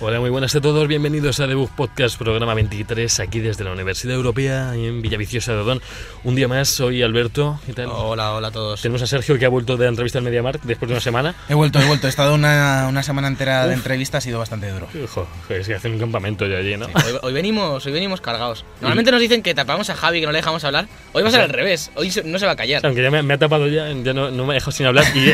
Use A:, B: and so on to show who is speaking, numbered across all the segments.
A: Hola, muy buenas a todos. Bienvenidos a Debug Podcast, programa 23, aquí desde la Universidad Europea, en Villaviciosa de Odón. Un día más, soy Alberto. ¿Qué tal?
B: Hola, hola a todos.
A: Tenemos a Sergio que ha vuelto de la entrevista al MediaMarkt después de una semana.
B: He vuelto, he vuelto. He estado una, una semana entera de entrevista, ha sido bastante duro.
A: Hijo, es que hacen un campamento ya allí, ¿no?
C: Hoy, hoy venimos, hoy venimos cargados. Normalmente nos dicen que tapamos a Javi, que no le dejamos hablar. Hoy va a ser al revés. Hoy se- no se va a callar.
A: Aunque ya me, me ha tapado ya, ya no, no me ha dejado sin hablar. Y,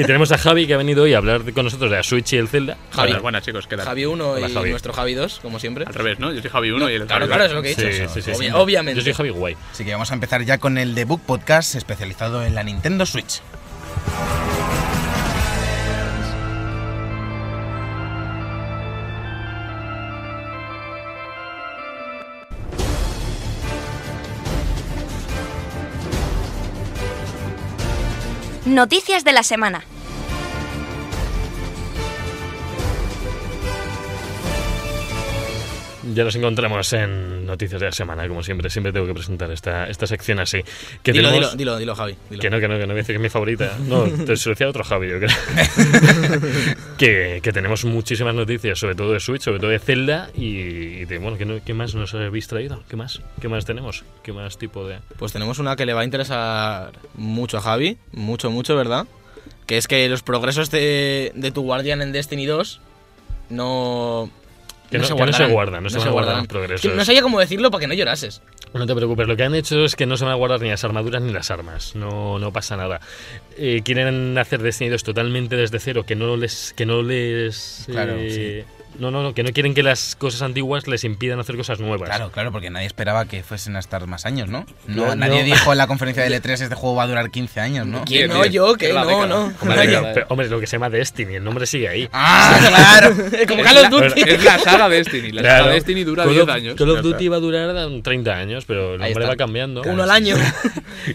A: y tenemos a Javi que ha venido hoy a hablar con nosotros de la Switch y el Zelda.
C: Javi.
D: Buenas, buenas, chicos, ¿qué tal?
C: Javi eh. 1 y
A: Hola, Javi.
C: nuestro Javi 2, como siempre.
D: Al revés, ¿no? Yo soy Javi 1 y el
C: Claro,
D: Javi
C: claro,
D: dos.
C: es lo que he dicho.
A: Sí, sí, sí,
C: Obvia-
A: sí.
C: Obviamente.
A: Yo soy Javi Guay.
B: Así que vamos a empezar ya con el Debug Podcast especializado en la Nintendo Switch.
E: Noticias de la semana.
A: Ya nos encontramos en Noticias de la Semana, como siempre. Siempre tengo que presentar esta, esta sección así. Que
C: Dilo, dilo,
A: tenemos-
C: dilo, dilo, Javi. dilo.
A: Que no, que no, que no voy a decir que es mi favorita. No, te se lo decía otro Javi, yo creo. que, que tenemos muchísimas noticias, sobre todo de Switch, sobre todo de Zelda y, y de, bueno, ¿qué, no- qué más nos habéis traído? ¿Qué más? ¿Qué más tenemos? ¿Qué más tipo de...?
C: Pues tenemos una que le va a interesar mucho a Javi. Mucho, mucho, ¿verdad? Que es que los progresos de, de tu guardián en Destiny 2 no.
A: Que no- que no se
C: guardarán.
A: guardan, no se van a guardar los progresos.
C: Es que No sabía cómo decirlo para que no llorases.
A: No te preocupes, lo que han hecho es que no se van a guardar ni las armaduras ni las armas, no, no pasa nada. Eh, quieren hacer Destiny 2 totalmente desde cero, que no les... Que no les
B: Claro,
A: eh, No, no, no, que no quieren que las cosas antiguas les impidan hacer cosas nuevas.
B: Claro, claro, porque nadie esperaba que fuesen a estar más años, ¿no? No,
A: Claro,
B: nadie
A: no.
B: dijo en la conferencia de L3 este juego va a durar 15 años, ¿no?
C: ¿Quién
D: tío,
C: no?
D: tío.
C: Yo, que
D: Es la
C: no,
D: década.
C: no.
A: Hombre,
C: Vaya.
A: pero- hombre, lo que se llama Destiny, el nombre sigue ahí.
B: ¡Ah, claro!
C: Como
D: Es
C: Call of
D: la-
C: Duty.
D: Es la saga Destiny. La
A: Claro.
D: saga Destiny dura
A: Call
D: 10
A: of-
D: años.
A: Call
D: Ya
A: of
D: está.
A: Duty iba a durar um, 30 años, pero el
C: Ahí
A: nombre
C: está.
A: va cambiando.
C: Uno al año.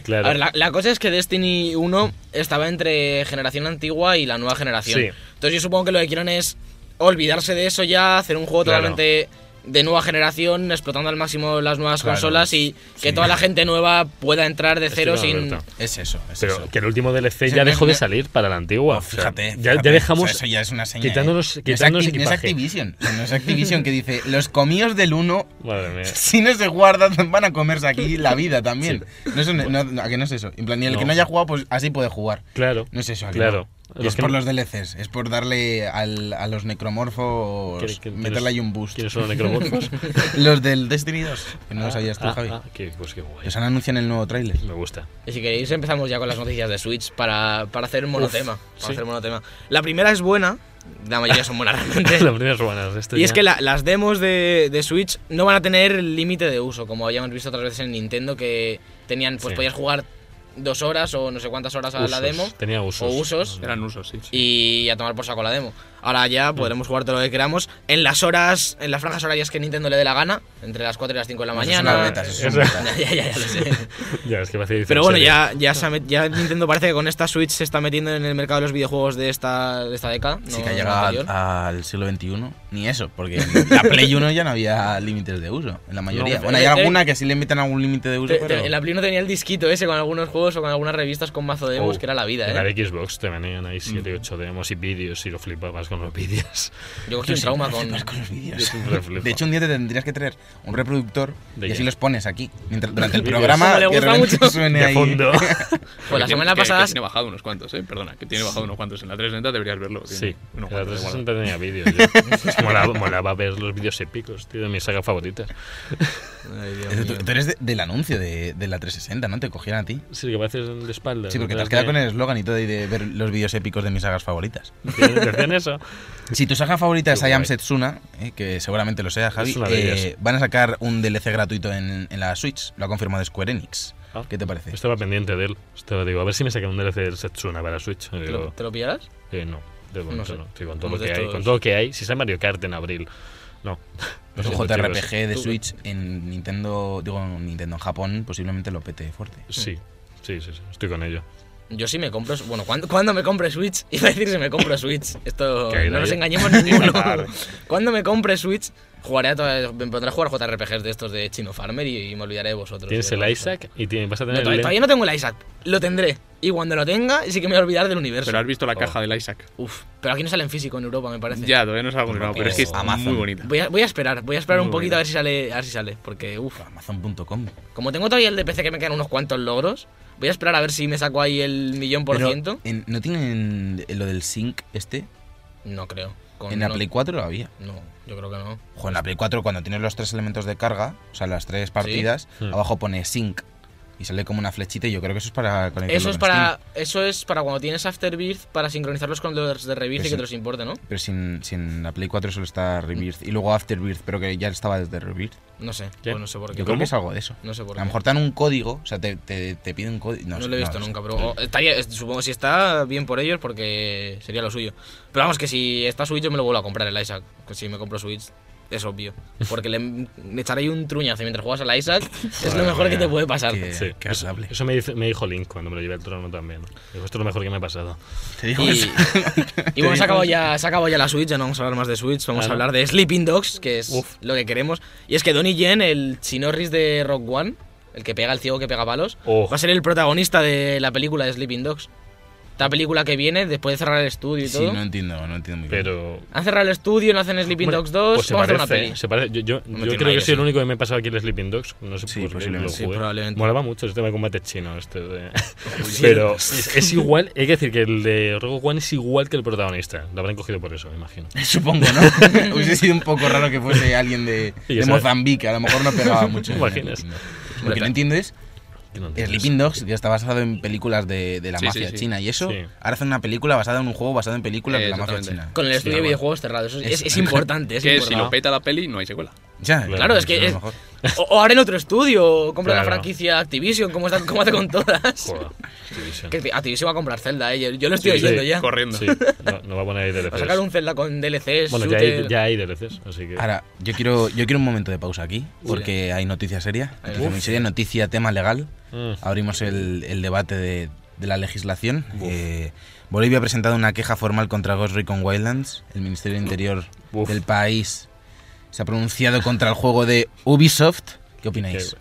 A: Claro.
C: A ver, la, la cosa es que Destiny 1 estaba entre generación antigua y la nueva generación.
A: Sí.
C: Entonces yo supongo que lo que quieren es olvidarse de eso ya, hacer un juego
A: Claro.
C: totalmente de nueva generación, explotando al máximo las nuevas
B: Claro,
C: consolas y que
B: sí.
C: toda la gente nueva pueda entrar de cero
A: Estoy con
C: sin...
A: Alberto.
B: Es eso, es
A: Pero
B: eso.
A: que el último DLC
B: Sí,
A: ya
B: me-
A: dejó de
B: me-
A: salir para la antigua.
B: Oh,
A: O sea,
B: fíjate,
A: ya, ya
B: fíjate.
A: dejamos.
B: O sea, eso ya es una señal.
A: quitándonos- quitándonos
B: no es,
A: equipaje.
B: Activision, o sea, no es Activision que dice, los comíos del 1,
A: Madre mía.
B: si no se guardan, van a comerse aquí la vida también. No es un- no- no, ¿A que no es eso? En plan, ni el
A: No.
B: que no haya jugado, pues así puede jugar.
A: Claro.
B: No es eso, ¿a que
A: Claro.
B: no?
A: Los
B: Es
A: que
B: por
A: no-
B: los DLCs, es por darle al- a los necromorfos,
A: ¿Quién- quién-
B: meterle ahí un boost.
A: ¿Quiénes son los necromorfos?
B: Los del Destiny 2, que no
A: Ah,
B: lo sabías tú,
A: ah,
B: Javi.
A: ah, qué- pues qué guay.
B: Los han anunciado en el nuevo tráiler.
A: Me gusta.
C: Y si queréis empezamos ya con las noticias de Switch para, para hacer monotema. para
A: sí.
C: hacer monotema. La primera es buena, la mayoría son buenas realmente.
A: Las primeras ruanas. esto
C: Y es
A: ya-
C: que la- las demos de, de Switch no van a tener límite de uso, como habíamos visto otras veces en Nintendo, que tenían, pues
A: Sí.
C: podías jugar dos horas o no sé cuántas horas a la
A: Usos,
C: demo.
A: tenía usos.
C: O usos.
D: Eran usos, sí.
C: Y a tomar por saco la demo. Ahora
B: Mm.
C: ya podremos jugar todo lo que queramos en las horas, en las franjas horarias que Nintendo le dé la gana, entre las 4 y las 5 de la
B: Eso es
C: mañana.
B: una beta, eso es un
A: Eso-
B: beta.
C: ya, ya, ya lo sé.
A: Ya, es que me hace
C: Pero bueno,
A: en serio.
C: ya, ya, se ha met- ya Nintendo parece que con esta Switch se está metiendo en el mercado de los videojuegos de esta, de esta década.
B: Sí
C: no-
B: que ha
C: no
B: llegado
C: anterior.
B: al, al siglo XXI, ni eso, porque en la Play 1 ya no había límites de uso, en la mayoría.
A: No,
B: bueno, hay
C: eh,
B: alguna que sí le meten algún límite de uso,
C: Te- te-
B: pero...
C: En la Play no tenía el disquito ese con algunos juegos o con algunas revistas con mazo de demos,
A: Oh,
C: que era la vida,
A: En la
C: ¿eh? Mm.
A: de Xbox te venían ahí 7, 8 demos y vídeos y lo flipabas con los vídeos.
C: Yo cogí un trauma con...
B: Flipas con los vídeos.
A: siempre flipo.
B: De hecho, un día te tendrías que traer un reproductor
A: ¿De
B: y así
A: qué?
B: los pones aquí. Mientras, durante el
A: Vídeos.
B: programa,
C: Como le
B: que de
C: gusta
B: repente
C: mucho.
B: suene
A: De
B: ahí.
A: fondo.
C: Pues la
D: Que-
C: semana
D: que-
C: pasada...
D: Que tiene bajado unos cuantos, ¿eh? Perdona, que tiene bajado unos cuantos. En la 360 deberías verlo.
A: Sí,
D: unos
A: la
D: cuantos.
A: 360 tenía vídeos. yo. molaba, molaba ver los vídeos épicos, tío, de mi saga favorita.
B: Pero Tú, tú eres de- del anuncio de, de la 360, ¿no? Te cogían a ti.
A: Sí, que pareces de espaldas.
B: Sí, porque te has
A: ¿no?
B: quedado con el eslogan y todo y de ver los vídeos épicos de mis sagas favoritas.
A: ¿Te- te hacían eso?
B: Si tu saga favorita es
A: Qué
B: I Am
A: guay.
B: Setsuna, eh, que seguramente lo sea, Javi,
A: Es una de
B: eh,
A: ellas.
B: van a sacar un DLC gratuito en, en la Switch. Lo ha confirmado Square Enix.
A: Ah.
B: ¿Qué te parece?
A: Estaba pendiente de él. Estaba, digo, a ver si me sacan un DLC del Setsuna para Switch.
C: ¿Te lo,
A: Digo,
C: te lo pillarás?
A: eh, no, de momento no.
C: sé.
A: Sí, con todo
C: Uno
A: lo
C: de
A: que hay.
C: estos-
A: Con todo lo que hay. Si sale Mario Kart en abril. No.
B: Los
A: Lo siento,
B: JRPG de
C: Tú-
B: Switch en Nintendo, digo, en Nintendo en Japón posiblemente lo pete fuerte.
A: chicos. Sí. Sí, sí, sí, estoy con ello.
C: Yo sí me compro. Bueno, ¿cuándo, cuándo me compre Switch? Iba a decir si me compro Switch. Esto.
A: Que
C: No
A: no
C: nos
A: hay-
C: engañemos ninguno.
A: Claro.
C: cuando me compre Switch, jugaré a todas- me pondré a jugar JRPGs de estos de Chino Farmer y, y me olvidaré de vosotros.
A: Tienes
C: Y de
A: el
C: todo
A: Isaac y tiene- vas a
C: esto. No,
A: tener
C: todavía,
A: el
C: todavía no tengo el Isaac. Lo tendré. Y cuando lo tenga, sí que me voy a olvidar del universo.
D: Pero has visto la caja del Isaac.
C: Uf, pero aquí no sale en físico en Europa, me parece.
D: Ya, todavía no se ha confirmado, pero es que es
B: Amazon.
D: muy bonita.
C: Voy a, voy a esperar, voy a esperar
D: Muy
C: un poquito
D: bueno.
C: a ver si sale, a ver si sale, porque uff,
B: Amazon.com.
C: como tengo todavía el de PC que me quedan unos cuantos logros, voy a esperar a ver si me saco ahí el millón por
B: Pero,
C: ciento.
B: en- ¿No tienen lo del sync este?
C: No creo. Con-
B: En la
C: no-
B: Play 4 lo había.
C: No, yo creo que no.
B: Ojo, en la Play 4 cuando tienes los tres elementos de carga, o sea, las tres partidas,
A: Hmm.
B: abajo pone sync y sale como una flechita y yo creo que eso es para conectarlo
C: Eso es
B: con
C: para,
B: Steam,
C: eso es para cuando tienes Afterbirth para sincronizarlos con los de Rebirth
B: Pero
C: y que
B: sí.
C: te los importe, ¿no?
B: Pero sin, sin la Play 4 solo está Rebirth y luego Afterbirth, pero que ya estaba desde Rebirth.
C: No sé,
A: ¿Qué?
C: pues no sé por
B: Yo
C: qué.
B: creo que es algo de eso.
C: No sé por
B: A
C: qué.
B: lo mejor te dan un código, o sea, te, te, te piden un código. No,
C: no
B: sé,
C: lo he visto
B: sé.
C: nunca, pero o- estaría- es- supongo si está bien por ellos porque sería lo suyo. Pero vamos, que si está Switch yo me lo vuelvo a comprar el Isaac. Que si me compro Switch es obvio. Porque le, me echaré ahí un truñazo mientras juegas al Isaac. es lo
A: Madre
C: mejor que
A: mía,
C: te puede pasar.
B: que-
A: Sí,
B: Qué
A: eso,
B: agradable.
A: eso me, dice- me dijo Link cuando me lo llevé al trono también. Dijo, esto es lo mejor que me ha pasado.
B: Te digo
C: Y,
B: eso.
C: y bueno, se ha, acabado ya, se ha acabado ya la Switch, ya no vamos a hablar más de Switch, vamos
A: Ah,
C: a
A: ¿no?
C: hablar de Sleeping Dogs, que es
A: Uf.
C: lo que queremos. Y es que Donnie Yen, el chinorris de Rock One, el que pega al ciego que pega palos,
A: Oh.
C: va a ser el protagonista de la película de Sleeping Dogs. Esta película que viene después de cerrar el estudio y
B: Sí,
C: todo.
B: no entiendo, no entiendo muy bien.
A: Pero.
C: Han cerrado el estudio, no hacen Sleeping
A: Hombre,
C: Dogs 2,
A: pues se
C: vamos a hacer
A: parece,
C: una peli.
A: ¿eh? Se parece. Yo, yo- yo
C: tiene
A: creo
C: aire,
A: que soy el
C: sí.
A: único que me he pasado aquí el Sleeping Dogs. No sé
B: Sí,
A: por qué lo
B: posiblemente.
C: Sí,
A: jugué.
C: probablemente.
A: Molaba mucho el tema de combate chino. Este de- Pero es, es igual, hay que decir que el de Rogue One es igual que el protagonista. Lo habrán cogido por eso, me imagino.
B: Supongo, ¿no? Hubiese sido un poco raro que fuese alguien de,
A: Y ya
B: de
A: sabes.
B: Mozambique, a lo mejor no pegaba mucho.
A: ¿Te imaginas?
B: Lo que no entiendo es
A: Yo no entiendo
B: Sleeping Dogs, que está basado en películas de, de la
D: Sí, sí,
B: mafia
D: sí.
B: china y eso,
A: Sí.
B: ahora hacen una película basada en un juego basado en películas
D: Eh,
B: de la mafia
D: exactamente.
B: china.
C: Con el estudio de
A: bueno.
C: videojuegos cerrado, eso es,
B: Eso.
C: es importante. Es
D: Que si
C: importante.
D: lo peta la peli, no hay secuela.
B: Ya,
A: Claro,
C: Claro, es que.
B: a
C: es-
B: lo mejor.
C: o, o abren otro estudio, o compran la
A: Claro.
C: franquicia Activision, como, está, como hace con todas.
A: eso. Joder, Activision.
C: Que Activision va a comprar Zelda, eh, yo- yo lo estoy
A: Sí, sí,
C: oyendo ya. Va
D: Corriendo.
A: Sí, no, no va a poner ahí
C: a
A: DLCs.
C: sacar un Zelda con DLCs,
A: Bueno, ya
C: shooter.
A: hay, ya hay DLCs, así que.
B: Ahora, yo quiero, yo quiero un momento de pausa aquí, porque hay noticia seria. Noticia muy seria, noticia, tema legal.
A: Mm.
B: Abrimos el, el debate de, de la legislación. Eh, Bolivia ha presentado una queja formal contra Ghost Recon Wildlands. El Ministerio de Interior
A: Uf.
B: del país se ha pronunciado contra el juego de Ubisoft. ¿Qué opináis?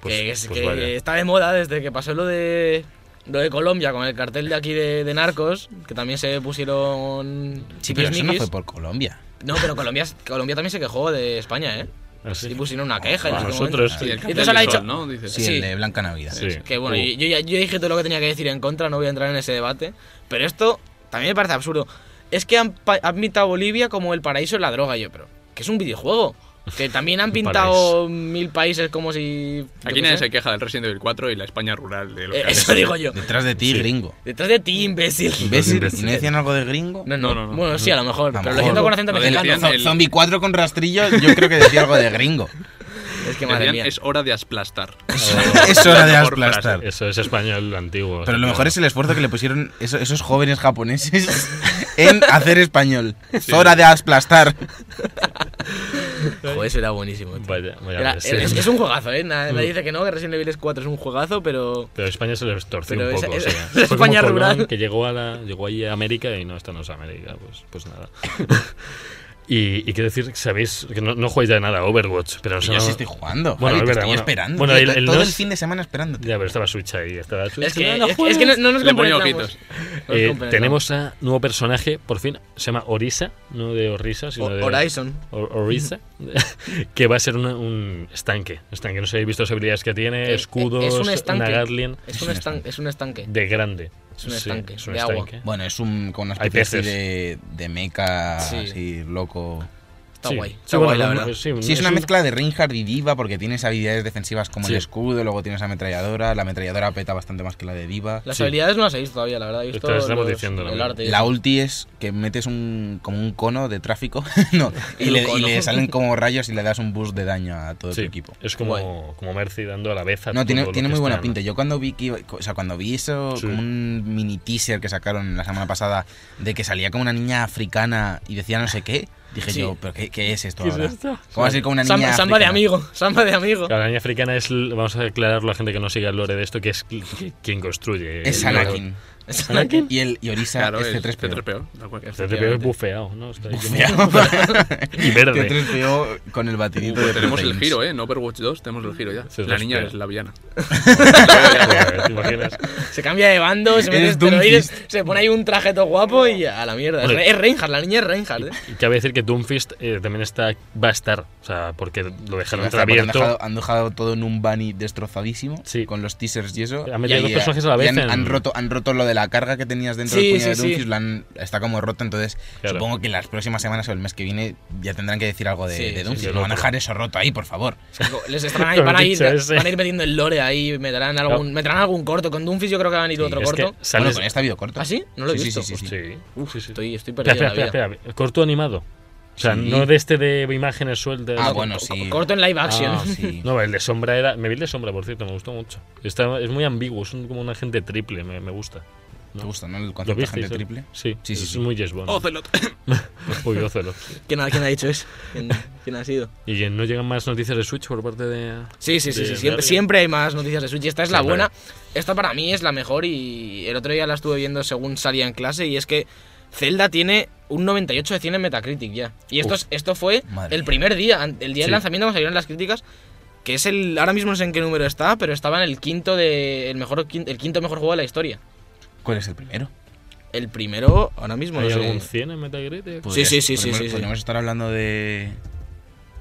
A: Pues-
C: que es-
A: pues
C: que
A: vaya.
C: está de moda desde que pasó lo de. Lo de Colombia con el cartel de aquí de, de Narcos, que también se pusieron
B: Sí, pero eso no
C: chiquismiquis.
B: fue por Colombia.
C: No, pero Colombia, Colombia también se quejó de España, ¿eh?
A: Ah, sí.
C: Y pusieron una queja. y no
A: A
C: sé qué
A: nosotros.
D: Sí, el
C: Y entonces
D: cartel
C: la ha
D: del
C: hecho-
D: sol, ¿no? Dices.
B: Sí,
C: Sí.
B: el de Blanca Navidad.
A: Sí.
C: Que bueno,
A: Uh.
C: y- yo, ya- yo dije todo lo que tenía que decir en contra, no voy a entrar en ese debate, pero esto también me parece absurdo. Es que han pa- han pintado Bolivia como el paraíso de la droga, yo, pero que es un videojuego. Que también han
A: Un
C: pintado mil países como si... yo
D: Aquí
C: qué
D: nadie
C: sé.
D: se queja del Resident Evil 4 y la España rural de los
C: Eh,
D: cadetes.
C: Eso digo yo.
B: Detrás de ti,
A: Sí.
B: gringo.
C: Detrás de ti, imbécil.
B: ¿Ves? ¿No decían algo de gringo?
C: No, no,
D: No, no, no.
C: Bueno, sí, a lo mejor, pero
B: A lo
C: lo
B: mejor.
C: siento con acento
D: Lo decían-
C: mexicano.
B: Zo-
D: el-
B: Zombie 4 con rastrillo, yo creo que decía algo de gringo.
C: Es que madre
D: Decían,
C: mía.
D: es hora de aplastar.
B: Es hora de
D: La mejor frase.
B: aplastar.
A: Eso es español antiguo.
B: Pero lo
A: o sea,
B: mejor es el esfuerzo que le pusieron eso- esos, jóvenes japoneses en hacer español. Es hora de aplastar.
A: Pues
C: Joder, eso era buenísimo. tío.
A: Vaya, Mm. vaya
C: Era-
A: versión.
C: es, es un juegazo, ¿eh? Nadie nadie dice que no, que Resident Evil 4 es un juegazo, pero...
A: Pero España se les torció
C: Pero
A: un
C: esa-
A: poco.
C: esa-
A: o sea,
C: esa
A: fue como
C: España
A: Colón,
C: rural.
A: Que llegó, a la, llegó allí a América y no, esto no es América, pues, pues nada. y, y quiero decir, sabéis que no, no jugáis ya nada a Overwatch, pero no
B: Yo sí estoy jugando.
A: Bueno, es
B: Javi, te
A: verdad,
B: estoy
A: bueno.
B: esperando.
A: Bueno,
B: tío,
A: el- el
B: todo el
A: dos-
B: fin de semana esperándote.
A: Ya, pero estaba Switch ahí, estaba Switch.
C: Es que,
A: no, no
C: es-
A: juegas.
C: es que no, no nos
D: Le ponía
C: compenetramos.
D: ojitos.
C: No nos
A: Eh,
C: compenetramos.
A: tenemos a nuevo personaje, por fin, se llama Orisa, no de Orisa, sino
C: O-
A: de
C: Horizon.
A: Or- Orisa, que va a ser una- un estanque. Estanque, no sé, he visto las habilidades que tiene,
C: Eh,
A: escudos,
C: es un estanque.
A: una Gatling,
C: Es un, estan- es un estanque.
A: de grande.
C: Es un
A: Sí,
C: estanque
A: es un
C: de agua.
A: estanque.
B: Bueno, es un, con una
A: Hay
B: especie así
A: peces.
B: de, de meca
C: Sí.
B: así, loco.
C: Está
A: Sí.
C: guay.
A: Sí,
C: Está
A: bueno,
C: guay, la
A: no,
C: verdad.
A: sí,
B: Sí, es una
A: Mm, un-
B: mezcla de Reinhardt y Diva porque tienes habilidades defensivas como
A: Sí.
B: el escudo, luego tienes ametralladora, la ametralladora peta bastante más que la de Diva.
C: Las
A: Sí.
C: habilidades no las he visto todavía, la verdad. He visto
A: Te las estamos
C: los-
A: diciendo, la
C: el
A: verdad.
C: arte. y
B: La
C: eso.
B: ulti es que metes un, como un cono de tráfico no, y,
C: Un
B: le, y
C: cono.
B: le salen como rayos y le das un boost de daño a todo
A: Sí,
B: tu equipo.
A: Es
C: Guay.
A: como, como Mercy dando a la vez a
B: No, tiene,
A: todo lo
B: tiene
A: que
B: muy buena
A: está, ¿no?
B: pinta. Yo cuando vi que iba- o sea, cuando vi eso,
A: Sí.
B: como un mini teaser que sacaron la semana pasada de que salía como una niña africana y decía no sé qué, Dije
C: Sí.
B: yo, ¿pero qué, qué es esto
A: ¿Qué es
B: ahora?
A: esto?
B: ¿Cómo va a ser como una niña
C: Samba, samba de
B: africana?
C: amigo, samba de amigo.
A: La araña africana es, l- vamos a aclararlo a la gente que no siga el lore de esto, que es qu- qu- quien construye.
B: Es
A: el-
B: Anakin.
A: Anakin.
B: Y, el, y Orisa
D: Claro,
B: es
D: es
B: C3PO.
D: C3PO, tal cual.
A: El C3PO es bufeado, ¿no? Está ahí que- y verde.
B: C3PO con el
D: Uh,
B: batidito
D: pues
B: de
D: tenemos el
B: proteínas.
D: giro, ¿eh? En Overwatch 2 tenemos el giro ya.
A: Se
D: la
A: respira.
D: niña es la villana.
A: Joder, ¿Te imaginas?
C: Se cambia de bando, se mete
B: Eres
C: esteroides,
B: Doomfist.
C: se pone ahí un traje todo guapo y a la mierda. Es,
A: Hombre.
C: Re- es Reinhardt, la niña es Reinhardt. ¿eh?
A: Y cabe decir que Doomfist eh, también está, va a estar, o sea, porque lo
B: Sí,
A: dejaron
B: hasta porque Han
A: abierto.
B: dejado, han dejado todo en un bunny destrozadísimo,
A: Sí.
B: con los teasers y eso.
A: Han metido
B: y
A: dos
B: ahí,
A: personajes a la
B: y
A: vez
B: Han,
A: en-
B: han roto, han roto lo de la carga que tenías dentro
C: Sí,
B: del puño
C: sí,
B: de
C: sí.
B: Doomfist, lo han- está como roto, entonces
A: Claro.
B: supongo que las próximas semanas o el mes que viene ya tendrán que decir algo de,
C: Sí,
B: de
C: sí,
A: sí,
B: Doomfist. no van a
A: locura.
B: dejar eso roto ahí, por favor.
C: Les estarán ahí,
A: Con
C: van a,
A: el
C: ir,
A: bicho ese.
C: van a ir metiendo el lore ahí, meterán algún, meterán algún corto. Con Doomfist yo creo que van a ir otro
A: es que
C: corto.
A: sales-
B: Bueno, con este ha habido corto.
C: ¿Ah, sí? No lo he
B: Sí, sí,
C: visto.
B: sí, sí,
A: Pues Sí, sí,
B: sí.
A: sí.
C: Estoy, estoy
A: Espera,
C: perdido
A: espera,
C: en la vida.
A: espera, espera. Corto animado. O sea,
B: Sí.
A: no de este de imágenes sueltas.
B: Ah,
A: No,
B: bueno,
C: Co-
B: sí.
C: Corto en live
A: Ah,
C: action.
B: sí.
A: No, el de sombra era. Me vi el de sombra, por cierto, me gustó mucho. Está, es muy ambiguo, es un- como un agente triple, me, me gusta.
B: ¿Te gusta, no? El
A: ¿Lo
B: concepto de
A: viste?
B: gente triple.
A: Sí,
B: Sí, sí,
A: es
B: sí.
A: muy Yes Bond.
D: Ocelot.
A: Uy, Ocelot.
C: ¿Quién, ha, quién ha dicho eso? ¿Quién, quién ha sido?
A: Y eh, no llegan más noticias de Switch por parte de.
C: Sí, sí, sí,
A: de-
C: sí,
A: de
C: Siempre,
A: alguien.
C: siempre hay más noticias de Switch. Esta es la
A: Siempre.
C: buena. Esta para mí es la mejor y el otro día la estuve viendo según salía en clase y es que Zelda tiene un 98 de 100 en Metacritic ya. Y esto,
A: Uf.
C: es- esto fue
B: Madre
C: el
B: mía.
C: primer día, an- el día
A: Sí.
C: del lanzamiento cuando salieron las críticas, que es el... Ahora mismo no sé en qué número está, pero estaba en el quinto de... El, mejor, quin- el quinto mejor juego de la historia.
B: ¿Cuál es el primero?
C: El primero, ahora mismo no
A: ¿Hay algún
C: sé.
A: 100 en Metacritic?
B: Pues,
C: Sí, sí, sí, sí,
B: podríamos,
C: sí, sí.
B: podríamos estar hablando de.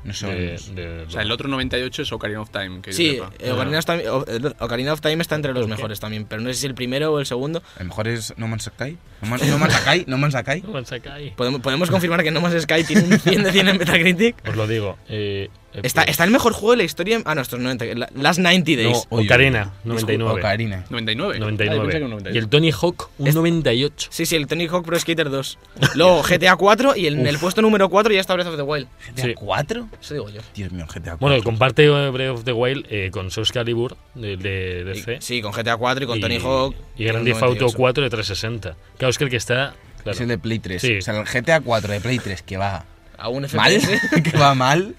B: No sé.
A: De-
B: unos-
A: de-
D: O sea, el otro 98 es Ocarina of Time. Que yo
C: Sí,
D: sepa.
C: eh, Ocarina of, Time, o- eh, Ocarina of Time está entre los mejores también, pero no sé si el primero o el segundo.
B: A lo mejor es No Man's Sky. No Man's, no Man's Sky. No Man's Sky.
A: No, Bansakai.
C: ¿Podemos, podemos confirmar que No Man's Sky tiene un 100 de 100 en Metacritic.
A: Os lo digo. Eh, eh,
C: Está, está el mejor juego de la historia. Ah, no, esto es 90. la- Last 90
A: No,
C: Days.
B: Oye,
A: Ocarina,
B: Disculpa,
A: 99.
B: Ocarina.
D: 99. Ah, yo pensé que era
A: 99.
D: 98.
A: Y el Tony Hawk, un
C: Es-
A: 98.
C: Sí, sí, el Tony Hawk Pro Skater 2. Luego GTA 4 y en el puesto número 4 ya está Breath of the Wild.
B: ¿GTA
A: Sí.
B: 4?
C: Eso digo yo.
B: Dios mío, GTA 4.
A: Bueno, comparte eh, Breath of the Wild eh, con Soul Calibur de, de, de
C: Y-
A: C.
C: sí, con GTA 4 y con Tony
A: y-
C: Hawk.
A: Y Grand Theft Auto 4 de 360. Claro, es que el que está. claro.
B: Es el de Play 3.
A: Sí.
B: O sea, el GTA 4 de Play 3 que va
C: A un
B: mal,
C: FPS.
B: que va mal.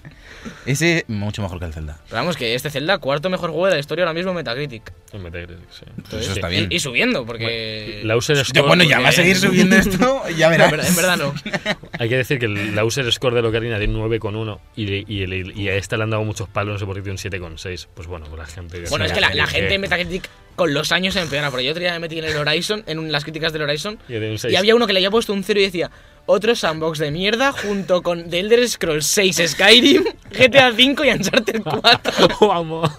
B: Ese mucho mejor que el Zelda.
C: Pero vamos, que este Zelda, cuarto mejor juego de la historia ahora mismo en Metacritic.
A: en Metacritic, sí.
B: Pues eso
A: Sí.
B: está bien.
C: Y, y subiendo, porque.
A: La user
B: Yo,
A: score.
B: bueno, ya va a seguir subiendo esto, ya
C: No,
B: verás.
C: en verdad- en verdad no.
A: Hay que decir que el- la user score de Locarina tiene un 9,1 y, de- y, el- y a esta le han dado muchos palos, no sé por qué tiene un 7,6. Pues bueno, pues la gente.
C: Bueno,
B: Sí,
C: es que la,
B: la
C: la
B: gente-
C: gente en Metacritic con los años se empeora. Porque yo otro día me metí en el Horizon, en un- las críticas del Horizon,
A: Y tiene un
C: y
A: 6.
C: había uno que le había puesto un cero y decía: Otro sandbox de mierda junto con The Elder Scrolls 6, Skyrim, GTA 5 y Uncharted 4.
A: Vamos.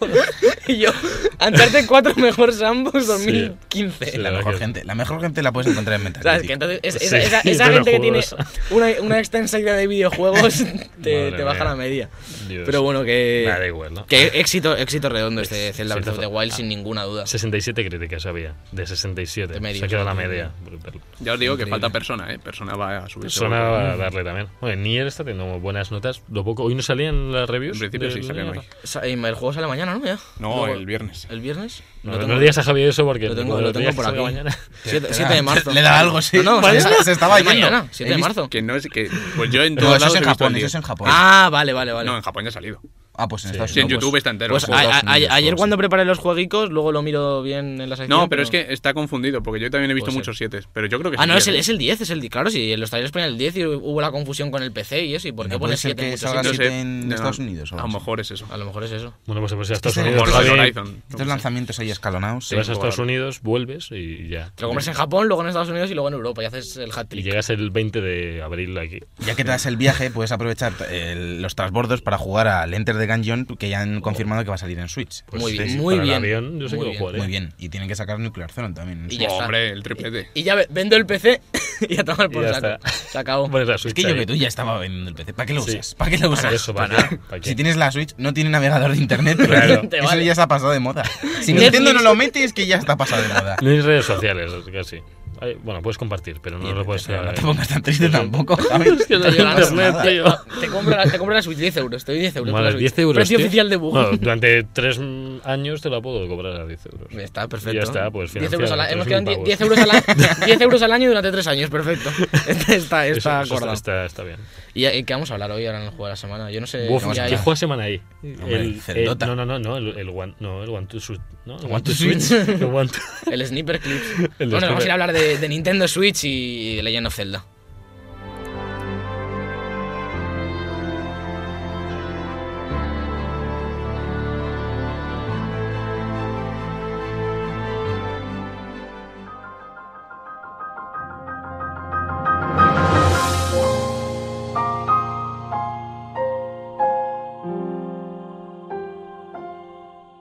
C: Y yo, Uncharted 4 mejor sandbox 2015.
A: Sí,
B: La
A: verdad
B: mejor
A: que-
B: gente, la mejor gente la puedes encontrar en
C: ¿Sabes? Que
B: Metacritic.
C: entonces es-
A: Sí,
C: esa, esa-
A: sí,
C: esa
A: de los
C: gente que tiene
A: juegos.
C: una, una extensa idea de videojuegos te,
A: Madre
C: te baja
A: mía.
C: la media.
A: Dios.
C: Pero bueno, que,
A: Nada, da igual, ¿no?
C: que éxito, éxito redondo este Zelda Breath of the Wild,
A: Ah.
C: sin ninguna duda.
A: 67 críticas había, de 67.
C: De
A: Se
C: media,
A: ha quedado la
C: sí.
A: media. Brutal.
D: Ya os digo que
B: Increíble.
D: falta persona, ¿eh? Persona va a subir.
A: Persona va a darle también. Bueno, Nier está teniendo muy buenas notas. Lo poco. Hoy no salían las reviews.
D: En principio
A: de-
D: sí,
A: de
D: salían
A: Nier.
D: hoy.
C: Sa- y El juego sale mañana, ¿no? Ya.
D: No,
C: Luego-
D: el viernes.
C: ¿El viernes?
A: No,
C: Lo
A: no
C: tengo-
A: le digas a Javier eso porque
C: lo tengo- lo
A: cuando te
C: tengo
A: digas
C: por
A: que salga
C: aquí.
A: mañana.
C: 7, de marzo.
B: Le da algo, sí.
C: No, no,
B: se,
C: ¿mañana?
B: está- se estaba
C: Es
B: yendo.
C: mañana, 7
B: He
C: de
B: visto-
C: marzo.
D: Que no es que. Pues yo en
B: No,
D: todos
B: eso
D: lados
B: es en
D: he visto el
B: Japón,
D: día.
B: eso es en Japón.
C: Ah, vale, vale, vale.
D: No, en Japón ya ha salido.
B: Ah, pues en Estados
D: Sí, en
B: Unidos.
D: YouTube está entero.
C: pues
D: el
C: a- a-
D: juego.
B: Estados
C: a-
B: Unidos,
C: ayer
B: pues.
C: cuando preparé los jueguicos, luego lo miro bien en la sección.
D: No, pero es que está confundido, porque yo también he visto
C: Puede ser.
D: muchos 7, pero yo creo que
C: Ah, no, es el,
D: diez,
C: es el 10, es el 10. Claro, sí, en los trailers ponían el 10 y hubo la confusión con el PC y eso. ¿Y por qué
B: No puede
C: pones
B: ser
C: 7
B: que
C: muchos
B: salga
D: No
C: sitios?
D: sé,
B: siete en
D: no,
B: Estados Unidos o
D: A
B: algo
D: lo
B: así.
D: mejor es eso.
C: A lo mejor es eso.
A: Bueno, pues te vas a Estados
B: Este es el
A: Unidos.
D: Como el
A: Javi,
D: Horizon.
B: Estos lanzamientos ahí escalonados.
A: Te vas a
D: Sí,
A: Estados
D: claro.
A: Unidos, vuelves y ya.
C: Te lo compras en Japón, luego en Estados Unidos y luego en Europa y haces el
A: Y
C: hat-trick.
A: llegas el 20 de abril aquí.
B: Ya que tras el viaje puedes aprovechar eh, los transbordos para jugar al Enter the Gungeon, que ya han confirmado que va a salir en Switch.
A: Pues
C: Muy
A: sí,
C: bien,
A: sí,
C: muy
A: para
C: bien,
A: El avión, yo sé
C: muy
A: que lo
C: bien,
A: jugaré.
B: Muy bien. Y tienen que sacar Nuclear Zone también.
C: Y
B: Es
C: ya está.
D: Hombre, el triplete.
C: Y ya ve- vendo el PC y a tomar por
A: Y ya
C: saco.
A: está.
C: Se acabó.
A: Pones la
B: es
A: Switch
B: que yo
A: ahí.
B: que tú ya estaba vendiendo el PC. ¿Para qué lo
A: Sí.
B: usas? ¿Para qué lo usas?
A: Eso, ¿para nada. ¿Para qué?
B: Si tienes la Switch, no tiene navegador de internet. pero
A: Claro.
C: Te
B: Eso
C: vale.
B: ya se ha pasado de moda. Si
C: Netflix.
B: Nintendo no lo mete, es que ya está pasado de moda.
A: No hay redes sociales, casi. Ay, Bueno, puedes compartir, pero no lo puedes.
B: Pero no
A: eh,
B: te pongas tan triste tampoco,
A: Es
B: ¿sabes?
A: que no
C: Te
A: hay
C: llegan-
A: internet, tío.
C: Te compro, la, te compro la Switch 10 euros, te doy 10 euros. por la
A: Madre,
C: Switch.
A: 10 euros.
C: Precio
A: tío.
C: oficial de Bug.
A: No, durante 3 años te la puedo cobrar a 10 euros.
C: Está perfecto.
A: Ya está, pues
C: 10 euros
A: financiado,
C: al año. Hemos
A: 3.000
C: quedado en die-
A: pavos.
C: 10 euros, al año- 10 euros al año durante 3 años, perfecto. Está, está,
A: Eso-
C: está
A: eso
C: acordado.
A: está, está bien.
C: ¿Y eh, qué vamos a hablar hoy ahora en el juego de la semana? Yo no sé.
A: Buf,
C: qué
A: ¿Quién
C: hay.
A: juega semana ahí?
B: Hombre,
A: el,
B: el Dota.
A: no, no, no, no, el, el one, no, el one to switch. ¿no? El
C: One
A: one to
C: to
A: switch.
C: switch.
A: el one to-
C: El Sniper Clips.
A: El
C: bueno, vamos a
A: Sniper.
C: ir a hablar de, de Nintendo Switch y de Legend of Zelda.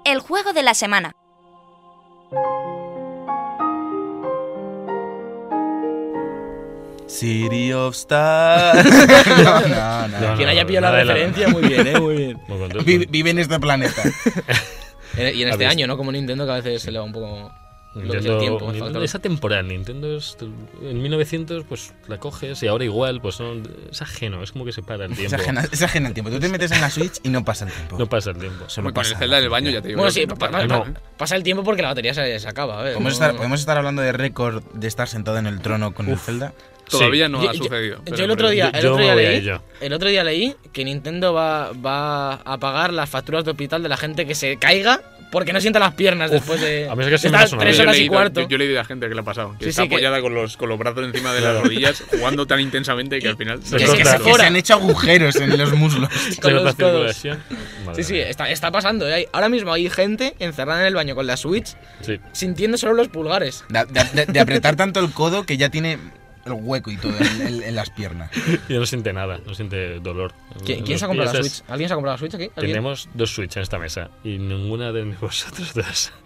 E: El juego de la semana.
B: City of Stars. no, no, no.
A: No, no.
C: Quien haya pillado la
A: nada de nada.
C: referencia, muy bien, ¿eh? Muy bien.
A: Muy contento.
B: Vi- vive en este planeta.
C: Eh, Y en
A: A
C: este
A: ver.
C: año, ¿no? Como Nintendo, que a veces se le va un poco. Lo que es
A: Nintendo-
C: el tiempo. me
A: Nintendo-
C: falta-
A: esa temporada, Nintendo es, en 1900 pues la coges y ahora igual pues no, es ajeno, es como que se para el
B: Es
A: tiempo.
B: ajena, es ajena al tiempo. Tú te metes en la Switch y no pasa el tiempo.
A: No pasa el tiempo.
B: Solo
D: con
B: pasa.
D: el Zelda en el baño ya te digo.
C: Bueno,
D: yo
C: sí,
D: que no
C: pa- pa-
D: pasa nada. ¿eh?
A: no.
C: pasa el tiempo porque la batería se, se acaba. A ver,
B: ¿Podemos
C: no-
B: estar, podemos estar hablando de récord de estar sentado en el trono con el Zelda.
D: Todavía
C: Yo-
D: no ha
C: yo-
D: sucedido.
C: Yo,
D: pero
C: el otro día,
A: yo-
C: el
A: yo
C: otro
A: me
C: día
A: voy a
C: leí,
A: ello.
C: el otro día leí que Nintendo va, va a pagar las facturas de hospital de la gente que se caiga porque no sienta las piernas después de,
A: a mí es que sí
C: de
A: me ha
C: estar
A: sonado.
C: tres
D: Yo he
C: horas y
D: leído-
C: cuarto.
D: Yo, yo he leído a gente que le ha pasado. Que
C: Sí,
D: está
C: sí, que-
D: apoyada Con, los, con los brazos encima de las rodillas, jugando tan intensamente que al final
A: Se
D: le
A: corta.
D: corta.
B: se- se han hecho agujeros en los muslos.
C: con
A: Se nota
C: los codos.
A: circulación. Madre
C: Sí, sí,
A: mía.
C: está, está pasando. ¿eh? Hay- Ahora mismo hay gente encerrada en el baño con la Switch
A: Sí.
C: sintiendo solo los pulgares.
B: De, de- de- de apretar tanto el codo que ya tiene el hueco y todo en, en- en las piernas.
A: Yo no siente nada, no siente dolor.
C: ¿Qui-
A: Mm, Los
C: ¿Quién se ha comprado la
A: pies es-
C: Switch? ¿Alguien se ha comprado la Switch aquí? ¿Alguien?
A: Tenemos dos Switch en esta mesa y ninguna de vosotros dos.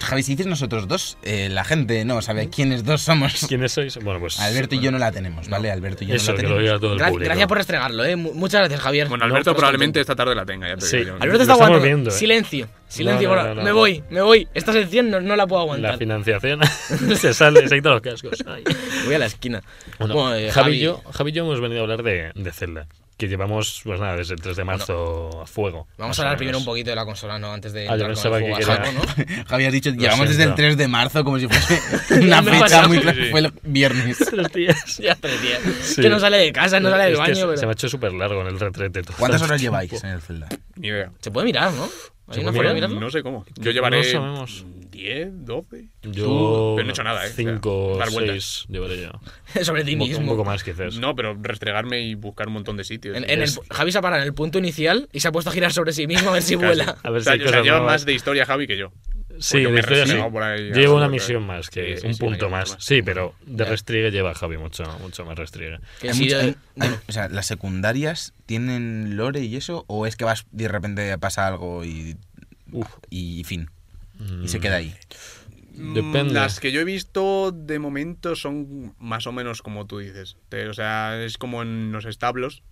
B: Javi, si dices nosotros dos, eh, la gente no sabe quiénes dos somos.
A: ¿Quiénes sois? Bueno, pues.
B: Alberto y yo no la tenemos, ¿vale? Alberto y yo
A: Eso,
B: no la
A: que lo
B: tenemos.
A: diga todo el
C: Gra-
A: público. pues,
C: gracias por restregarlo, ¿eh? Mu- Muchas gracias, Javier.
D: Bueno,
C: No,
D: Alberto
C: pero-
D: probablemente esta tarde la tenga, ya te
A: Sí.
D: digo yo.
A: Alberto
C: Alberto
A: está
C: está
A: Lo estamos
C: aguantando.
A: aguantando. viendo, ¿eh?
C: Silencio, silencio.
A: No, no,
C: ahora.
A: no, no.
C: Me voy, me voy. Esta sección no, no la puedo
A: La
C: aguantar.
A: financiación se sale, se quitan los cascos. Ay.
C: Voy a la esquina.
A: Bueno,
C: Bueno, eh,
A: Javi, y yo, Javi y yo hemos venido a hablar de, de Zelda, que llevamos, pues nada, desde el 3 de marzo a fuego.
C: Vamos
A: más
C: a
A: o
C: hablar
A: menos.
C: primero un poquito de la consola, ¿no? Antes de
A: Ah, yo
C: entrar
A: pensaba
C: con el
A: que
C: juego a
A: quería-
C: saco, ¿no?
B: Javi has dicho, llevamos desde el
A: siento.
B: 3 de marzo como si fuese una
C: me
B: fecha
C: pasa.
B: muy clara.
D: Sí, sí.
B: Fue el viernes.
A: Tres días.
C: Ya tres días.
A: Sí.
C: Que no sale de casa, no sale del
A: Es que
C: baño.
A: se-
C: pero-
A: Se
C: Se,
A: me ha hecho súper largo en el retrete. todo
B: ¿Cuántas
A: el
B: horas
A: tiempo.
B: lleváis en el Zelda?
D: Ni idea.
C: puede mirar, ¿no? ¿Hay
A: Se
C: una
A: puede
C: forma de
A: mirar,
C: mirarlo?
D: No sé cómo. Yo
A: No
D: llevaré
A: sabemos.
D: 10, 12.
A: Yo.
D: Pero no he hecho nada, ¿eh? O sea,
A: 5
D: dar
A: 6
D: vueltas.
A: llevaré yo.
C: Sobre ti
A: Un poco-
C: mismo.
A: un poco más, quizás.
D: No, pero restregarme y buscar un montón de sitios.
C: En- en el- Javi se ha parado en el punto inicial y se ha puesto a girar sobre sí mismo a ver si
D: Casi.
C: vuela.
A: A ver
D: O sea,
A: si hay
D: yo- o sea,
A: cosas
D: lleva
A: nuevas.
D: más de historia Javi que yo.
A: Sí,
D: yo me
A: de historia
D: restrego
A: sí.
D: por ahí
A: Yo
D: a
A: llevo una
D: otras.
A: misión más, que
D: Sí, sí,
A: un
D: sí,
A: punto
D: una
A: más.
D: cosa más.
A: Sí, pero de restriegue lleva Javi mucho, mucho más restriegue.
C: Que
B: Hay
C: sí,
B: mucho-
C: eh,
B: hay- hay- o sea, ¿las secundarias tienen lore y eso? ¿O es que vas y de repente pasa algo y,
A: Uf.
B: y fin? Y se queda ahí.
D: Mm,
A: Depende.
D: Las que yo he visto de momento son más o menos como tú dices. Te- O sea, es como en los establos.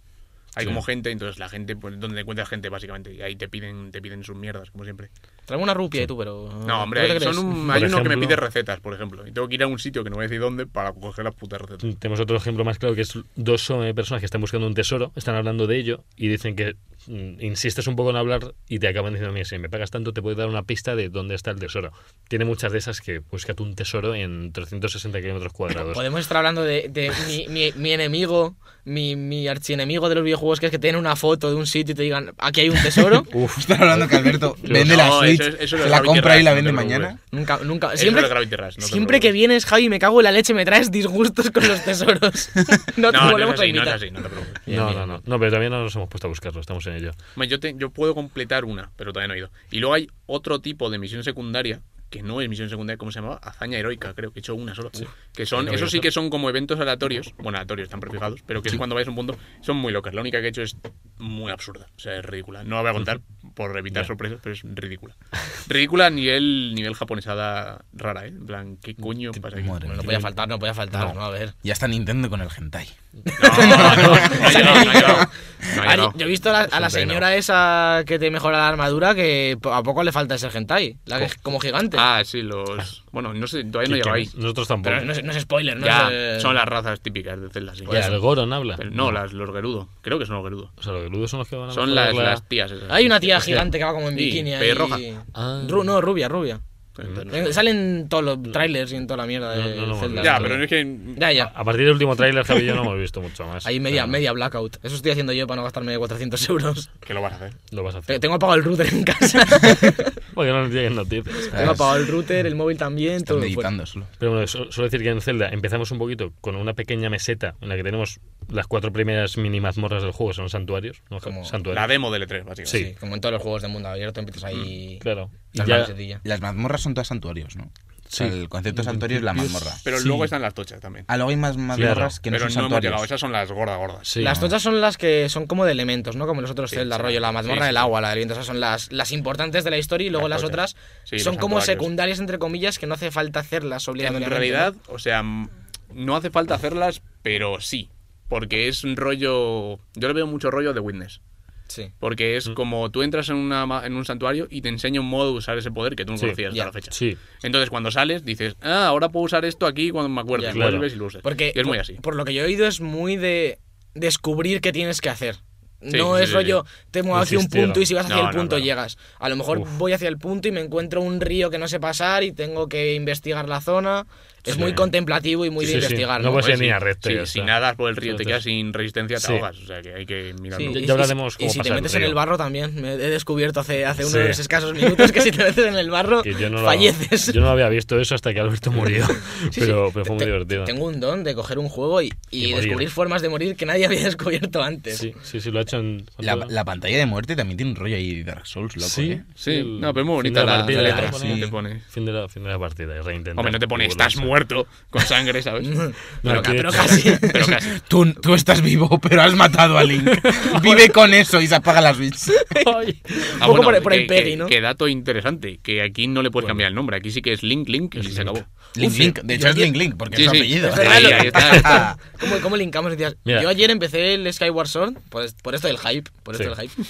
D: Hay
A: Sí.
D: como gente, entonces la gente, pues, donde encuentras gente básicamente, y ahí te piden, te piden sus mierdas, como siempre.
C: Trae una rupia y tú, pero.
D: No, hombre,
C: ¿tú
D: hay,
C: qué
D: son
C: crees?
D: un-
A: Por
D: hay uno que me
A: ejemplo-
D: pide recetas, por ejemplo, y tengo que ir a un sitio que no voy a decir dónde para coger las putas recetas.
A: Tenemos otro ejemplo más claro que es dos eh, personas que están buscando un tesoro, están hablando de ello y dicen que mm, insistes un poco en hablar y te acaban diciendo, mira, si me pagas tanto te puedo dar una pista de dónde está el tesoro. Tiene muchas de esas que busca tú un tesoro en 360 kilómetros cuadrados.
C: Podemos estar hablando de, de mi, mi- mi enemigo, mi, mi archienemigo de los videojuegos, que es que tienen una foto de un sitio y te digan, aquí hay un tesoro.
A: Uf,
B: Estás hablando que Alberto vende la
D: No, eso
B: Switch,
D: es- eso es
B: se
D: el
B: la
D: Gravity
B: compra y
D: Rush,
B: la
D: no te
B: vende
D: preocupes.
B: maña
C: nunca, nunca.
D: Eso
C: Siempre,
D: es Gravity Rush, no te
C: siempre que
D: preocupes.
C: vienes, Javi, me cago en la leche, me traes disgustos con los tesoros. No te
D: No, no,
C: volvemos
D: es
C: a
D: así, no es
C: invitar.
D: así, no te preocupes.
A: no, no, no, no, pero también no nos hemos puesto a buscarlo, estamos en ello.
D: Hombre, Yo, te- yo puedo completar una, pero todavía no he ido. Y luego hay otro tipo de misión secundaria, que no es misión secundaria, ¿cómo se llamaba? Hazaña heroica, creo que he hecho una sola. Que son,
A: Heroica.
D: eso sí que son como eventos aleatorios, bueno, aleatorios, están prefijados, pero que es cuando vais a un punto, son muy locas. La única que he hecho es muy absurda, o sea, es ridícula. No la voy a contar por evitar
A: Ya.
D: sorpresas, pero es ridícula. Ridícula a nivel, nivel japonesada rara, ¿eh? En plan, ¿qué coño pasa aquí?
C: Bueno,
B: Madre mía.
C: no podía faltar, no podía faltar,
B: No.
C: ¿no? A ver.
B: Ya está Nintendo con el hentai.
D: No, no, no, no ha llegado, no ha llegado. No ha
C: Ari,
D: llegado.
C: yo he visto a la, a la
A: Hentai no.
C: señora esa que te mejora la armadura que po- a poco le falta ese hentai, la que es como gigante.
D: Ah, sí, los... Bueno, no sé, todavía no he llegado ahí.
A: Nosotros tampoco.
C: Pero no es, no es spoiler, ¿no?
D: Ya,
C: Es, eh,
D: son las razas típicas de Zelda. sí.
A: Pues Ya, el Goron habla.
D: Pero no, las, los Gerudo. Creo que son los Gerudo.
A: O sea, los geludos son los que van a
D: Son las,
A: mejorar la-
D: las tías. esas.
C: Hay una tía gigante que va como en
D: Sí,
C: bikini ahí.
D: pelirroja.
A: Ah.
C: Ru- no, rubia, rubia.
D: Entonces, no
C: Eh,
D: sé.
C: Salen todos los trailers y en toda la mierda de
A: No, no, no,
C: Zelda.
A: no.
D: Ya, pero es que.
C: Ya, ya.
A: A partir del último tráiler, Javi, yo no hemos visto mucho más.
D: Ah,
C: Ahí media,
A: Pero
C: media blackout. Eso estoy haciendo yo para no gastarme 400 euros.
D: ¿Qué lo vas a hacer?
A: Lo vas a hacer.
C: Te- Tengo apagado el router en casa.
A: Porque no nos lleguen noticias.
C: Tengo apagado el router, el móvil también,
B: Están
C: todo. fuera.
B: meditando solo.
A: Pero bueno, su- suelo decir que en Zelda empezamos un poquito con una pequeña meseta en la que tenemos las cuatro primeras mini mazmorras del juego, son santuarios. ¿no?
C: Como
A: santuarios.
D: La demo del E3, básicamente.
A: Sí.
C: Sí, como en todos los juegos de mundo abierto empiezas
D: Mm,
C: ahí.
A: Claro. Y
C: la
A: ya-
C: camisetilla.
B: Las mazmorras son todas santuarios, ¿no? O sea,
A: Sí.
B: el concepto de santuario es la mazmorra.
D: Pero
A: Sí.
D: luego están las tochas también.
B: Ah, luego hay más mazmorras que no
D: pero
B: son
D: no, hemos
B: santuarios.
D: llegado. Esas son las gordas, gordas.
A: sí.
C: las tochas son las que son como de elementos, ¿no? Como los otros
D: Sí,
C: Zelda,
D: sí.
C: rollo, la mazmorra
D: Sí, sí,
C: del
D: sí.
C: agua, la del viento, esas son las, las importantes de la historia y luego
D: Las
C: las,
D: tochas.
C: otras
D: Sí,
C: son
D: los
C: como
D: santuarios.
C: secundarias, entre comillas, que no hace falta hacerlas
D: En
C: obligatoriamente.
D: realidad, o sea, mm, no hace falta hacerlas, pero sí. Porque es un rollo. Yo le veo mucho rollo de Witness.
C: ¿no? Sí.
D: Porque es como tú entras en, una, ma- en un santuario y te enseña un modo de usar ese poder que tú no
A: Sí,
D: conocías
C: ya.
D: hasta la fecha.
A: Sí.
D: Entonces, cuando sales, dices, ah, ahora puedo usar esto aquí cuando me acuerdo.
C: Ya.
D: y
A: Claro.
D: vuelves y lo usas.
C: Porque
D: Y es muy
C: por-
D: así.
C: Por lo que yo he oído es muy de descubrir qué tienes que hacer. No
D: sí,
C: es
D: sí,
C: rollo, te muevo hacia un
A: Insistir.
C: punto y si vas hacia
D: No,
C: el
D: no,
C: punto
D: no.
C: llegas. A lo mejor
A: Uf.
C: voy hacia el punto y me encuentro un río que no sé pasar y tengo que investigar la zona. Es
A: Sí.
C: muy contemplativo y muy
A: Sí,
C: de
A: sí, sí.
C: investigar.
A: No
C: ¿no?
A: puedes
C: Pues
A: ir ni
C: sí.
A: a recta.
D: Sí,
A: y ya
D: si
A: está.
D: nadas por el río te
A: Entonces-
D: quedas sin resistencia, te
A: Sí.
D: ahogas. O sea, que hay que
C: Sí,
D: mirarlo.
A: Ya-
C: y
A: ya
C: si-
A: hablaremos
C: Y
A: cómo
C: si
A: pasa
C: te
A: el
C: metes en
A: río.
C: el barro también, me he descubierto hace, hace
A: Sí.
C: unos escasos minutos que si te metes en el barro
A: Que yo no lo-
C: falleces.
A: Yo no había visto eso hasta que Alberto murió.
C: Sí,
A: pero,
C: sí.
A: pero fue muy
C: Te-
A: divertido.
C: Tengo un don de coger un juego y, y
A: Y morir.
C: descubrir formas de morir que nadie había descubierto antes.
A: Sí, sí, sí, lo ha hecho en.
B: La, la pantalla de muerte también tiene un rollo ahí de Dark Souls, loco.
A: Sí,
B: ¿eh?
D: Sí,
A: el
D: no, pero es muy
A: fin
D: bonita
A: de
D: la,
A: partida,
D: la
A: te
D: letra.
A: pone-
D: sí, te pone.
A: Fin de la, fin de la partida y reintentar.
D: Hombre, no te pone,
A: volverse.
D: estás muerto con sangre, ¿sabes?
A: No,
D: pero,
A: que-
D: pero casi. Pero casi.
B: Tú, tú estás vivo, pero has matado a Link. Vive con eso y se apaga la Switch.
A: Ay.
C: Un poco por- por el
D: Ah, que-
C: Peggy,
D: que-
C: ¿no?
D: Que dato interesante, que aquí no le puedes cambiar el nombre. Aquí sí que es Link Link y
A: Es
D: se
A: Link.
D: acabó.
B: Link,
C: Uf,
B: Link. De hecho
C: yo
B: es
C: ayer-
B: Link, Link, porque
D: Sí,
B: es su
D: sí.
B: apellido.
D: Es verdad,
C: lo-
D: ahí está.
C: ¿Cómo, cómo linkamos? Decías,
A: Mira.
C: Yo ayer empecé el Skyward Sword, por, es- por esto del hype, por esto
A: Sí.
C: del hype.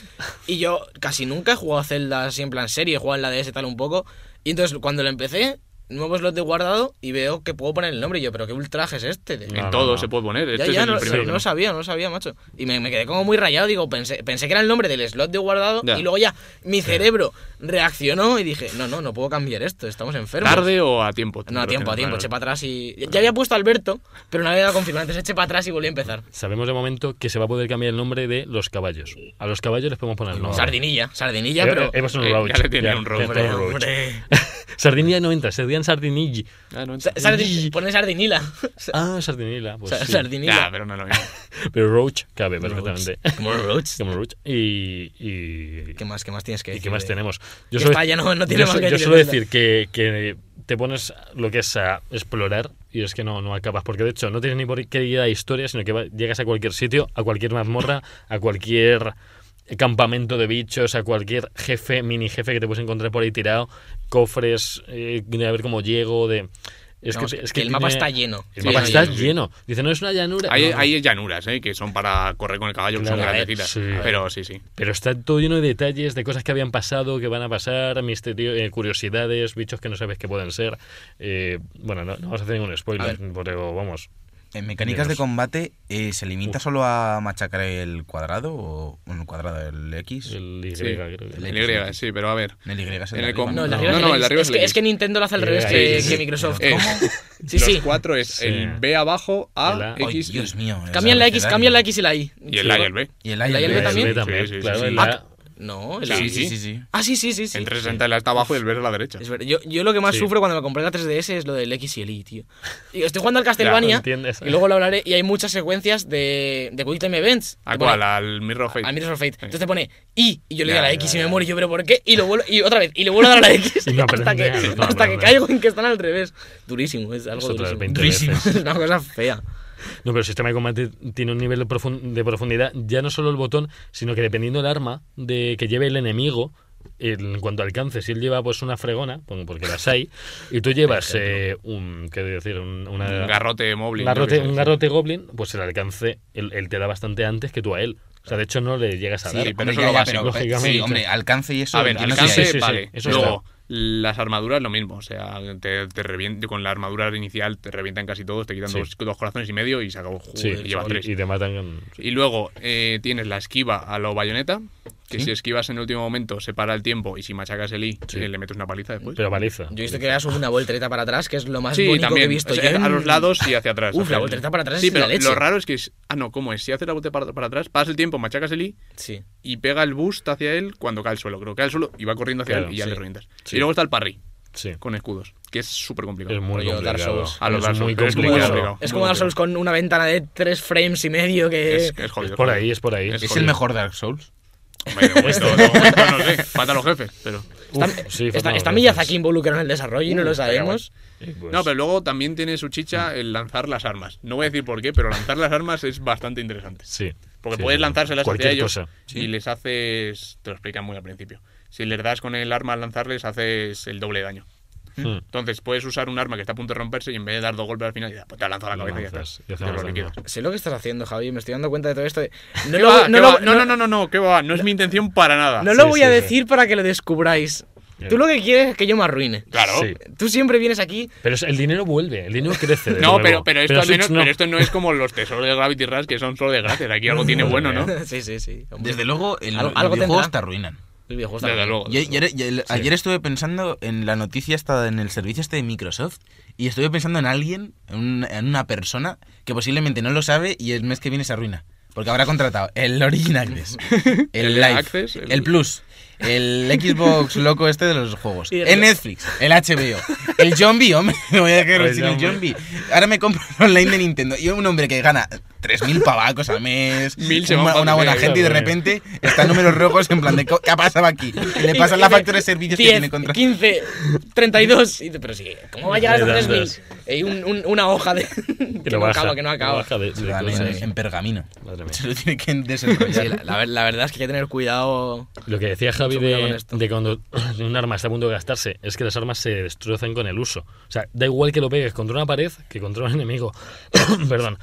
C: Y yo casi nunca he jugado a Zelda así en plan serie, he jugado en la DS y tal un poco. Y entonces cuando lo empecé, nuevo slot de guardado y veo que puedo poner el nombre. Y yo, pero qué ultraje es este. De-
A: No,
D: en
A: no,
D: todo
A: no.
D: se puede poner.
C: ya,
D: Este
C: ya,
D: es el
C: no,
D: primero.
C: no
D: que
C: lo sabía, no lo sabía, macho. Y me, me quedé como muy rayado, digo, pensé, pensé que era el nombre del slot de guardado
D: Ya.
C: y luego ya mi cerebro reaccionó y dije, no, no, no puedo cambiar esto, estamos enfermos.
D: ¿Tarde o a tiempo?
C: No, a tiempo, a tiempo, eché
D: Claro.
C: para atrás y. Ya ya había puesto a Alberto, pero no había dado confirmar, entonces eché para atrás y volví a empezar.
A: Sabemos de momento que se va a poder cambiar el nombre de los caballos. A los caballos les podemos poner el nombre.
C: Sardinilla, sardinilla,
A: Eh,
C: pero.
A: eh, hemos un
D: eh,
A: roach,
D: ya le tiene un roach.
A: ya
C: hombre,
A: está un roach.
C: hombre.
A: Sardinia no entra, serían sardinilli.
D: Ah, no,
C: Sa-
D: entonces-
C: sardin- Pone sardinila.
A: Ah, sardinila. Pues
C: Sa-
A: sí.
D: Ya,
C: Sardinila.
D: pero no es lo mismo.
A: Pero roach cabe perfectamente.
C: Como Roach.
A: Como roach. Y, y,
C: ¿Qué más, qué más tienes que
A: ¿y
C: decir?
A: qué más
C: de-
A: tenemos?
C: Ya está, ya no- no tiene
A: yo
C: más
A: su-
C: que
A: yo
C: decir
A: suelo
C: de Zelda.
A: decir que, que te pones lo que es a explorar y es que no, no acabas. Porque de hecho no tienes ni por qué ir a historia, sino que va- llegas a cualquier sitio, a cualquier mazmorra, a cualquier campamento de bichos, a cualquier jefe, mini jefe que te puedes encontrar por ahí tirado, cofres, eh, de a ver cómo llego, de... Es
C: Vamos,
A: es
C: que el mapa
A: tiene-
C: está lleno.
A: El
C: Sí,
A: mapa
C: sí,
A: está
C: sí,
D: sí.
A: lleno. Dice, no es una llanura.
D: Hay,
A: No, no.
D: hay llanuras, ¿eh? Que son para correr con el caballo, que son
A: Claro, a ver,
D: grandecitas.
A: sí.
D: Pero sí, sí.
A: Pero está todo lleno de detalles, de cosas que habían pasado, que van a pasar, misterio, eh, curiosidades, bichos que no sabes que pueden ser. Eh, bueno, no, no vamos a hacer ningún spoiler, pero vamos.
B: En mecánicas de
A: Menos.
B: combate, eh, ¿se limita solo a machacar el cuadrado o un cuadrado, el X?
A: El Y,
D: Sí.
A: creo que.
D: El Y, sí, pero a ver.
B: El Y es el
D: En
B: de
D: el
B: arriba,
D: com-
C: No, el de
D: No,
C: arriba es el
D: no, el
C: X.
D: de arriba
C: es,
D: es el
C: que,
D: X.
C: es que Nintendo lo hace al
A: Sí,
C: revés
A: sí,
C: que,
A: sí.
C: que Microsoft.
D: Eh,
C: Sí,
D: los
C: sí.
D: cuatro es
A: Sí.
D: el B abajo,
A: El
D: A,
A: A.
B: Ay,
D: X
B: Dios mío. es
C: Cambian la X,
B: abecedario.
C: cambian la X y la Y.
D: y el A y el B.
B: ¿Y el A
C: ¿La y el B también?
A: El B también,
D: Sí, sí,
A: claro,
D: sí, sí.
A: el
C: Ah,
A: A-
C: no, el
D: Sí,
C: A.
D: sí,
B: Sí, sí, sí.
C: Ah, sí, sí, sí. sí.
D: El 360 la está abajo y el B es la derecha.
C: Es verdad. Yo, yo lo que más
A: Sí.
C: sufro cuando me compré la 3DS es lo del X y el Y, tío. Y estoy jugando al Castlevania
A: entiendes.
C: y luego lo hablaré y hay muchas secuencias de, de Quick Time Events.
D: ¿A
C: Te pone-
D: cuál? Al Mirror of Fate.
C: A Mirror of Fate. Entonces te pone I y yo le doy a la
D: Ya,
C: X
D: ya,
C: y me
D: ya.
C: muero y yo, pero ¿por qué? Y, lo vuelvo, y otra vez, y le vuelvo a dar a la X
A: Y no
C: hasta, que,
A: aprende, no
C: hasta que
A: aprende.
C: caigo en que están al revés. Durísimo, es algo
A: Es otra
C: durísimo.
A: vez 20
C: Durísimo,
A: veces.
C: es una cosa fea.
A: No, pero el sistema de combate tiene un nivel de, profun- de profundidad, ya no solo el botón, sino que dependiendo del arma de que lleve el enemigo, en cuanto alcance, si él lleva pues una fregona, bueno, porque las hay, y tú llevas eh, un, ¿qué decir? Un, una-
D: Un garrote móvil.
A: un
D: yo
A: Eh, garrote,
D: qué sé.
A: un garrote goblin, pues el alcance, él, él te da bastante antes que tú a él. O sea, de hecho no le llegas a
B: Sí,
A: dar.
D: pero
B: hombre,
D: eso
B: ya,
D: lo
B: ya,
D: básico,
B: pero-
A: lógicamente.
B: Sí, hombre, alcance y eso.
D: A ver,
B: entiendo que
D: alcance,
A: sí,
B: es-
A: sí, sí,
D: vale.
A: eso
D: Luego, las armaduras lo mismo. O sea, te, te revient- con la armadura inicial te revientan casi todos, te quitan
A: Sí.
D: dos, dos corazones y medio y se acabó.
A: Sí,
D: Joder, y llevas
A: y-
D: tres.
A: y te matan. con-
D: Y luego eh, tienes la esquiva a lo bayoneta, Que
B: ¿Sí?
D: si esquivas en el último momento, se para el tiempo y si machacas el I,
A: Sí.
D: eh, le metes una paliza después.
A: Pero paliza.
C: Yo he visto que das una voltereta para atrás, que es lo más
D: sí,
C: bonito
D: también.
C: que he visto
D: o sea,
C: yo en-
D: A los lados y hacia atrás.
C: Uf,
D: hacia
C: la
D: el-
C: voltereta para atrás
D: Sí,
C: es
D: pero
C: la leche.
D: lo raro es que. es- Ah, no, ¿cómo es? Si haces la vuelta para, para atrás, pasas el tiempo, machacas el I
C: Sí.
D: y pega el boost hacia él cuando cae al suelo. Creo que cae al suelo y va corriendo hacia
A: Claro,
D: él y ya
C: sí.
D: le revientas.
A: Sí.
D: Y luego está el parry
A: Sí.
D: con escudos, que es súper complicado.
A: Es muy
C: rollo Dark
A: complicado.
C: Souls.
D: A los Dark
A: Es muy
D: Souls, pero es como
A: complicado.
D: Dark Souls.
C: Es
D: Muy
C: como Dark
D: complicado.
C: Souls con una ventana de tres frames y medio que...
D: Es, es jodido.
A: Es por ahí, es por ahí.
D: Es
B: ¿Es
D: jodido.
B: el mejor Dark Souls?
D: Hombre, de momento, de momento no sé. Falta los jefes, pero.
A: Uf,
C: está
A: sí,
C: está,
A: fatal,
C: está
A: gracias.
C: Miyazaki involucrado en el desarrollo y no
D: Uh,
C: lo
D: estaría
C: sabemos.
A: Eh, pues, Mm.
D: No, pero luego también tiene su chicha el lanzar las armas. No voy a decir por qué, pero lanzar las armas es bastante interesante.
A: Sí.
D: Porque
A: sí,
D: puedes
A: sí.
D: lanzárselas
A: Cualquier
D: hacia ellos
A: cosa.
D: y les haces. Te lo explican muy al principio. Si les das con el arma al lanzarles, haces el doble daño.
A: Hmm.
D: Entonces puedes usar un arma que está a punto de romperse y en vez de dar dos golpes al final, ya, pues te lanza a la
A: Lo
D: cabeza y ya está.
A: lanzas, ya
D: Te
A: está
D: lo
A: lanzando.
D: liquidas.
C: Sé lo que estás haciendo, Javi. Me estoy dando cuenta de todo esto. de- No
D: ¿Qué
C: lo-
D: va? ¿Qué
C: no lo-
D: va? No, no, no, no, no, ¿qué va? No es mi intención para nada.
C: No lo
A: Sí,
C: voy
A: sí,
C: a
A: sí.
C: decir para que lo descubráis. Tú lo que quieres es que yo me arruine.
D: Claro.
A: Sí.
C: Tú siempre vienes aquí.
A: Pero es- el dinero vuelve, el dinero crece. de
D: No,
A: nuevo.
D: pero, pero, esto al
A: Switch
D: menos,
A: no.
D: pero esto no es como los tesoros de Gravity Rush que son solo de gracias. Aquí algo tiene bueno, ¿no?
C: sí, sí, sí. hombre.
B: Desde luego, el,
C: Algo-
B: los
C: algo
B: videojuegos
C: tendrá.
B: te arruinan.
C: El videojuego está
D: Desde
C: bien.
D: luego.
B: Yo ayer, yo el- ayer estuve pensando en la noticia esta en el servicio este de Microsoft y estuve pensando en alguien, en, un- en una persona que posiblemente no lo sabe y el mes que viene se arruina. Porque habrá contratado el Origin Access, el,
D: El
B: Live,
D: Access, el-
B: el... Plus, el Xbox loco este de los juegos,
C: Y el-
B: el Netflix, el HBO, el Zombie, hombre, me voy a
A: El
B: quedar sin el
A: zombie.
B: Zombie. Ahora me compro el online de Nintendo. Yo un hombre que gana 3.000 pavacos al mes,
D: Mil se van
B: una,
D: pa'
B: una buena
D: Disney,
B: gente y de
A: claro,
B: repente repente está en números rojos en plan de ¿qué ha pasado aquí? Le pasan la factura de servicios que
C: 10,
B: tiene contra
C: 15, 32. y- Pero sí, ¿cómo va a llegar a
A: Exacto.
C: 3000? Eh, un- un- una hoja de. que
A: lo
C: no
A: baja,
C: acaba, que no
A: lo
C: acaba.
A: baja de- de
B: Vale,
A: cosas.
B: en, en pergamino.
A: Madre mía.
B: Se lo tiene que
C: Sí,
B: desenrollar.
C: la, la ver- la verdad es que hay que tener cuidado.
A: Lo que decía Javi
C: Mucho cuidado con
A: de,
C: esto.
A: de cuando un arma está a punto de gastarse es que las armas se destrozan con el uso. O sea, da igual que lo pegues contra una pared que contra un enemigo. Perdón.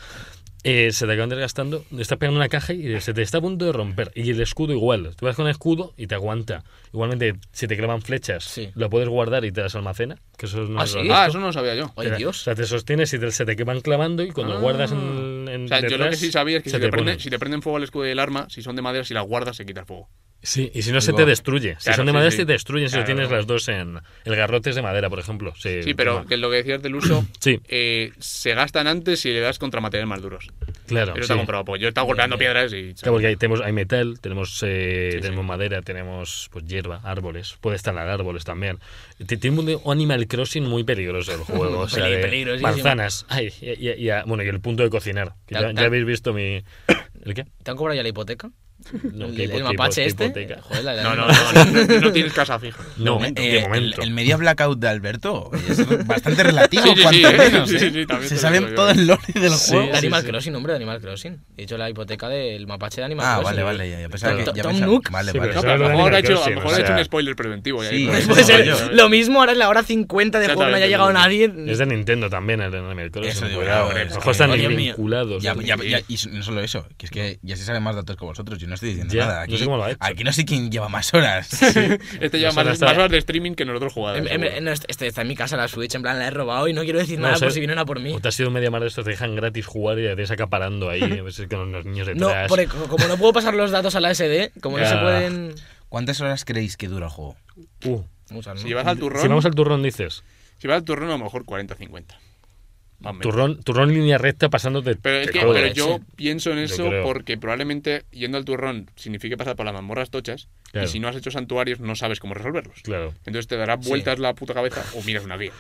A: Eh, se te acaban desgastando, estás pegando una caja y se te está a punto de romper. Y el escudo igual. Tú vas con el escudo y te aguanta. Igualmente, si te clavan flechas,
C: Sí.
A: lo puedes guardar y te las almacena. Que eso no
C: Ah,
A: es
C: ¿sí?
A: lo-
D: Ah, eso no lo sabía yo.
C: Ay,
A: Te la- O
C: Dios.
A: sea, te sostienes y te- se te quedan clamando y cuando
C: Ah.
A: guardas en, en
D: O sea, yo lo que
A: detrás,
D: sí sabía es que
A: se
D: si te, prende-
A: ponen.
D: si te prenden fuego el escudo y el arma, si son de madera, si la guardas, se quita el fuego.
A: Sí, y si no se
B: Igual.
A: te destruye. Si
D: Claro,
A: son de
D: sí,
A: madera,
D: sí.
A: se te destruyen. Si
D: Claro,
A: lo tienes
D: claro.
A: las dos en. El garrote es de madera, por ejemplo. Se
D: Sí, pero
A: quema.
D: que lo que decías del uso,
A: Sí.
D: eh, se gastan antes si le das contra materiales más duros.
A: Claro.
D: Eso
A: sí. Eh,
D: está comprobado, porque yo he estado golpeando piedras y...
A: Claro, porque hay, tenemos, hay metal, tenemos, eh,
D: Sí,
A: tenemos
D: sí.
A: madera, tenemos pues hierba, árboles. Puede estar en árboles también. T- Tiene un, un Animal Crossing muy peligroso el juego. o sea,
C: Peli-
A: de
C: peligrosísimo.
A: manzanas. Ay, y, y- y a- bueno, y el punto de cocinar. que
C: Tal-
A: ya, ya
C: tal.
A: habéis visto mi. ¿El qué?
C: ¿Te han cobrado ya la hipoteca?
A: No,
C: ¿El,
A: ¿qué
C: el
A: hipo- qué hipo-
C: mapache
A: qué
C: este?
A: hipoteca?
C: Joder, la- la-
D: No, no, no, no, no, no tienes casa fija.
A: No,
D: momento.
A: de momento.
B: El, el media blackout de Alberto es bastante relativo,
D: Sí, sí, sí,
B: cuanto
D: eh.
B: menos.
D: Sí,
B: ¿eh?
D: sí, sí, también te
B: Se
D: lo digo
B: saben
D: yo.
B: todo el lore del
A: Sí,
B: juego.
C: De Animal
A: sí.
C: Crossing, hombre, de Animal Crossing. He hecho la hipoteca del mapache de Animal
B: Ah,
C: Crossing.
B: vale, vale. Ya, ya pensaba que, ya
C: Tom
B: pensaba-
C: Nook.
B: Vale,
A: Sí,
B: vale.
A: pero-
D: No, pero a lo
A: Eso
D: mejor
A: era
D: ha hecho, a
A: Animal
D: lo mejor ha
A: Crossing,
D: hecho
A: o
D: un
A: sea-
D: spoiler preventivo. ya,
B: Sí,
D: pero-
B: eso
C: Puede
B: No,
C: ser
B: yo-
C: lo mismo, ahora es la hora 50 de juego, no haya
D: Exactamente.
C: llegado nadie.
A: Es de Nintendo también el Animal Crossing.
B: Eso digo,
A: cuidado,
B: claro,
A: eh.
B: es
A: A lo mejor están
C: que- Dios mío.
A: vinculados.
B: Ya,
A: ¿no?
B: ya, ya, y no solo eso, que es que ya se saben más datos que vosotros. Yo no estoy diciendo
A: Ya,
B: nada.
A: no
B: Aquí
A: sé cómo lo ha hecho.
B: aquí no sé quién lleva más horas.
D: Este lleva
A: Eso no
D: más,
A: está-
D: más horas de streaming que nosotros jugadores.
C: Em- em-
D: seguro.
C: no, este- este está en mi casa la Switch, en plan la he robado y no quiero decir
A: No,
C: nada
A: o sea,
C: por si vienen a por mí.
A: O te has sido media mar de estos, te dejan gratis jugar y te ves acaparando ahí a veces con los niños
C: No,
A: detrás.
C: porque co- como no puedo pasar los datos a la SD, como no se
A: Ah.
C: pueden.
B: ¿Cuántas horas creéis que dura el juego?
A: Uh,
C: Muchas, ¿no?
D: Si llevas al turrón,
A: si vamos al turrón, dices.
D: si vas al turrón a lo mejor 40-50. Más o menos.
A: Turrón, turrón línea recta pasándote.
D: Pero, es
A: de
D: que,
A: todo.
D: pero
C: sí.
D: yo pienso en
A: Yo
D: eso
A: creo.
D: porque probablemente yendo al turrón signifique pasar por las mazmorras tochas
A: Claro.
D: y si no has hecho santuarios no sabes cómo resolverlos.
A: Claro.
D: Entonces te dará vueltas la puta cabeza o miras una guía.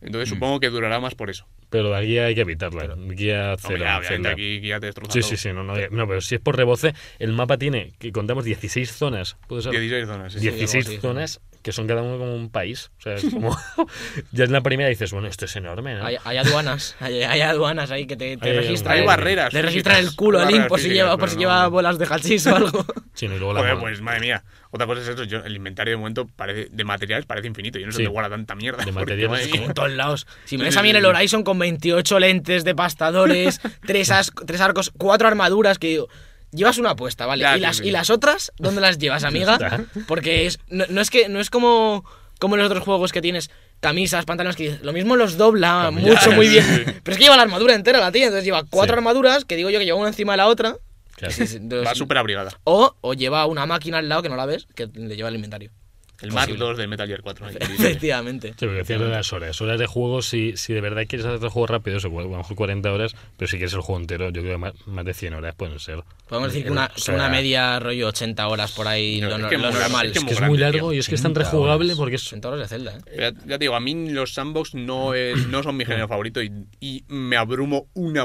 D: Entonces
A: Mm.
D: supongo que durará más por eso.
A: Pero la guía hay que evitarla. guía
D: Hombre,
A: cero.
D: ya,
A: cero.
D: obviamente aquí guía te destroza
A: Sí,
D: todo.
A: sí, sí. No, no, no, pero si es por reboce, el mapa tiene, que contamos 16 zonas. ¿Puede ser?
D: 16 zonas. sí, sí.
A: 16
C: sí, sí.
A: zonas que son cada uno como un país. O sea, es como. ya en la primera dices, bueno, esto es enorme, ¿no?
C: Hay, hay aduanas, hay, hay aduanas ahí que te, te
A: Hay-
C: registran.
D: ¿Eh? Hay
C: el-
D: barreras.
C: Le
D: físicas.
C: registran el culo al
D: Hay barreras
C: Imp por si
D: físicas,
C: lleva, por
D: pero
C: si
D: no-
C: lleva bolas de hachís o algo.
A: Sí, no, y luego la
D: Joder,
A: moda.
D: pues madre mía. Otra cosa es eso. Yo, el inventario de momento parece, de materiales parece infinito. Yo no sé
A: Sí.
D: dónde guarda tanta mierda.
A: De
D: porque,
A: materiales
D: madre
A: es
D: mía.
A: como-
C: En todos lados. Si me
D: Sí,
C: ves
D: sí,
C: a mí en
D: sí,
C: el
D: sí.
C: Horizon con 28 lentes de pastadores, tres, as- tres arcos, cuatro armaduras, que digo, llevas una apuesta, ¿vale?
D: Ya,
C: y,
D: sí,
C: las,
D: sí.
C: y las otras, ¿dónde las llevas, amiga?
A: está.
C: Porque es, no, no es que no es como, como en los otros juegos que tienes camisas, pantalones, que dices, lo mismo los dobla mucho,
D: Ya,
C: muy
D: sí,
C: bien.
D: sí.
C: Pero es que lleva la armatura entera la tía, entonces lleva cuatro
A: Sí.
C: armaduras, que digo yo que lleva una encima de la otra.
A: Claro.
C: Sí, sí, de los-
D: Va súper abrigada.
C: o, o lleva una máquina al lado que no la ves, que le lleva el inventario.
D: El Mark
C: Posible.
D: 2 del Metal Gear 4. ahí, increíble.
C: Efectivamente.
A: Sí, lo que decías de las horas. Horas de juego, si, si de verdad quieres hacer el juego rápido, eso, pues, a lo mejor 40 horas, pero si quieres el juego entero, yo creo que más, más de 100 horas pueden ser.
C: Podemos decir que
A: Pero,
C: una,
A: o
C: que
A: sea,
C: una media rollo 80 horas por ahí,
D: No,
C: lo,
D: es
C: no-
D: que
C: lo
D: mola,
C: normal.
D: es que
A: Que es
D: Muy
A: muy
D: grande,
A: largo
D: tío.
A: y es que es tan
B: 80
A: rejugable
B: horas.
A: porque es.
C: 80 horas de Zelda, ¿eh?
D: Ya, ya te digo, a mí los sandbox no, es- no son mi género favorito y, y me abrumo una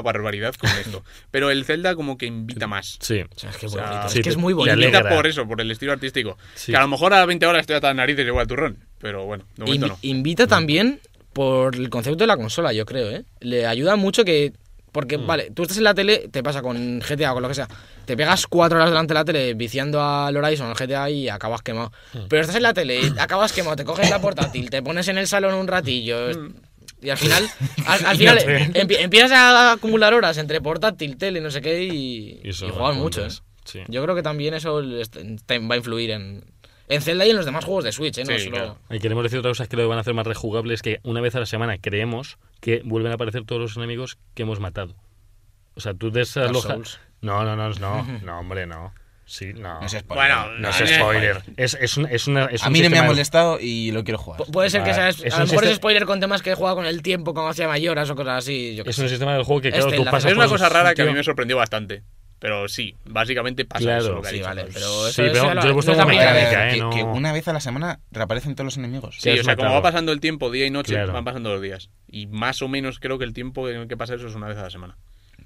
D: barbaridad con esto. Pero el Zelda como que invita más.
A: Sí.
C: O sea, es que,
D: O sea,
C: bonito.
D: sí,
C: es, que es
A: te-
C: muy
A: te
C: bonito.
A: alegra.
D: Invita por eso, por el estilo artístico.
A: Sí.
D: Que a lo mejor a 20 horas estoy hasta las narices igual turrón. Pero bueno, de momento
C: Invi-
D: no.
C: Invita también por el concepto de la consola, yo creo, ¿eh? Le ayuda mucho que... Porque, vale, tú estás en la tele, te pasa con GTA o con lo que sea, te pegas cuatro horas delante de la tele viciando al Horizon, al GTA y acabas quemado. Pero estás en la tele, y acabas quemado, te coges la portátil, te pones en el salón un ratillo... es- Y al final, al, al final empi- empiezas a acumular horas entre portátil, tele, no sé qué, y,
A: Y eso,
C: y juegas mucho. ¿eh?
A: juntas, sí.
C: Yo creo que también eso les- te- va a influir en, en Zelda y en los demás juegos de Switch, ¿eh? No
D: Sí,
C: solo-
D: claro.
A: Y queremos decir otra cosa que lo van a hacer más rejugable: es que una vez a la semana creemos que vuelven a aparecer todos los enemigos que hemos matado. O sea, tú desalojas.
C: Souls.
A: No, no, no, no, no, hombre, no. Sí, no.
B: No es spoiler.
D: Bueno,
A: Ah, No es spoiler. Es, es un- es una, es
B: a
A: un
B: mí no me ha
A: sistema de-
B: molestado y lo quiero jugar.
C: Pu- puede ser que
A: Vale.
C: sea.
A: Es un
C: a lo mejor
A: sistema-
C: es spoiler con temas que he jugado con el tiempo, como hacía mayoras o cosas así. Yo qué
A: Es
C: sé.
A: un sistema del juego que,
C: Es
A: claro, tú
C: Zelda,
A: pasas
D: Este, Es una
A: por
D: cosa
A: un
D: rara que a mí
A: sitio-
D: me sorprendió bastante. Pero sí, básicamente pasa
A: Claro.
D: eso. Lo que ha
C: Sí,
D: dicho.
C: vale, pero eso,
A: Sí,
C: eso
A: pero
C: ya lo-
A: yo le he puesto
C: no es
A: como
C: la primera
A: mecánica,
C: vez.
A: ¿eh?
B: que,
A: no-
B: que una vez a la semana reaparecen todos los enemigos.
D: Sí,
A: que
D: o
A: has
D: sea, como va
A: matado.
D: pasando el tiempo, día y noche,
A: Claro.
D: van pasando los días. Y más o menos creo que el tiempo en el que pasa eso es una vez a la semana.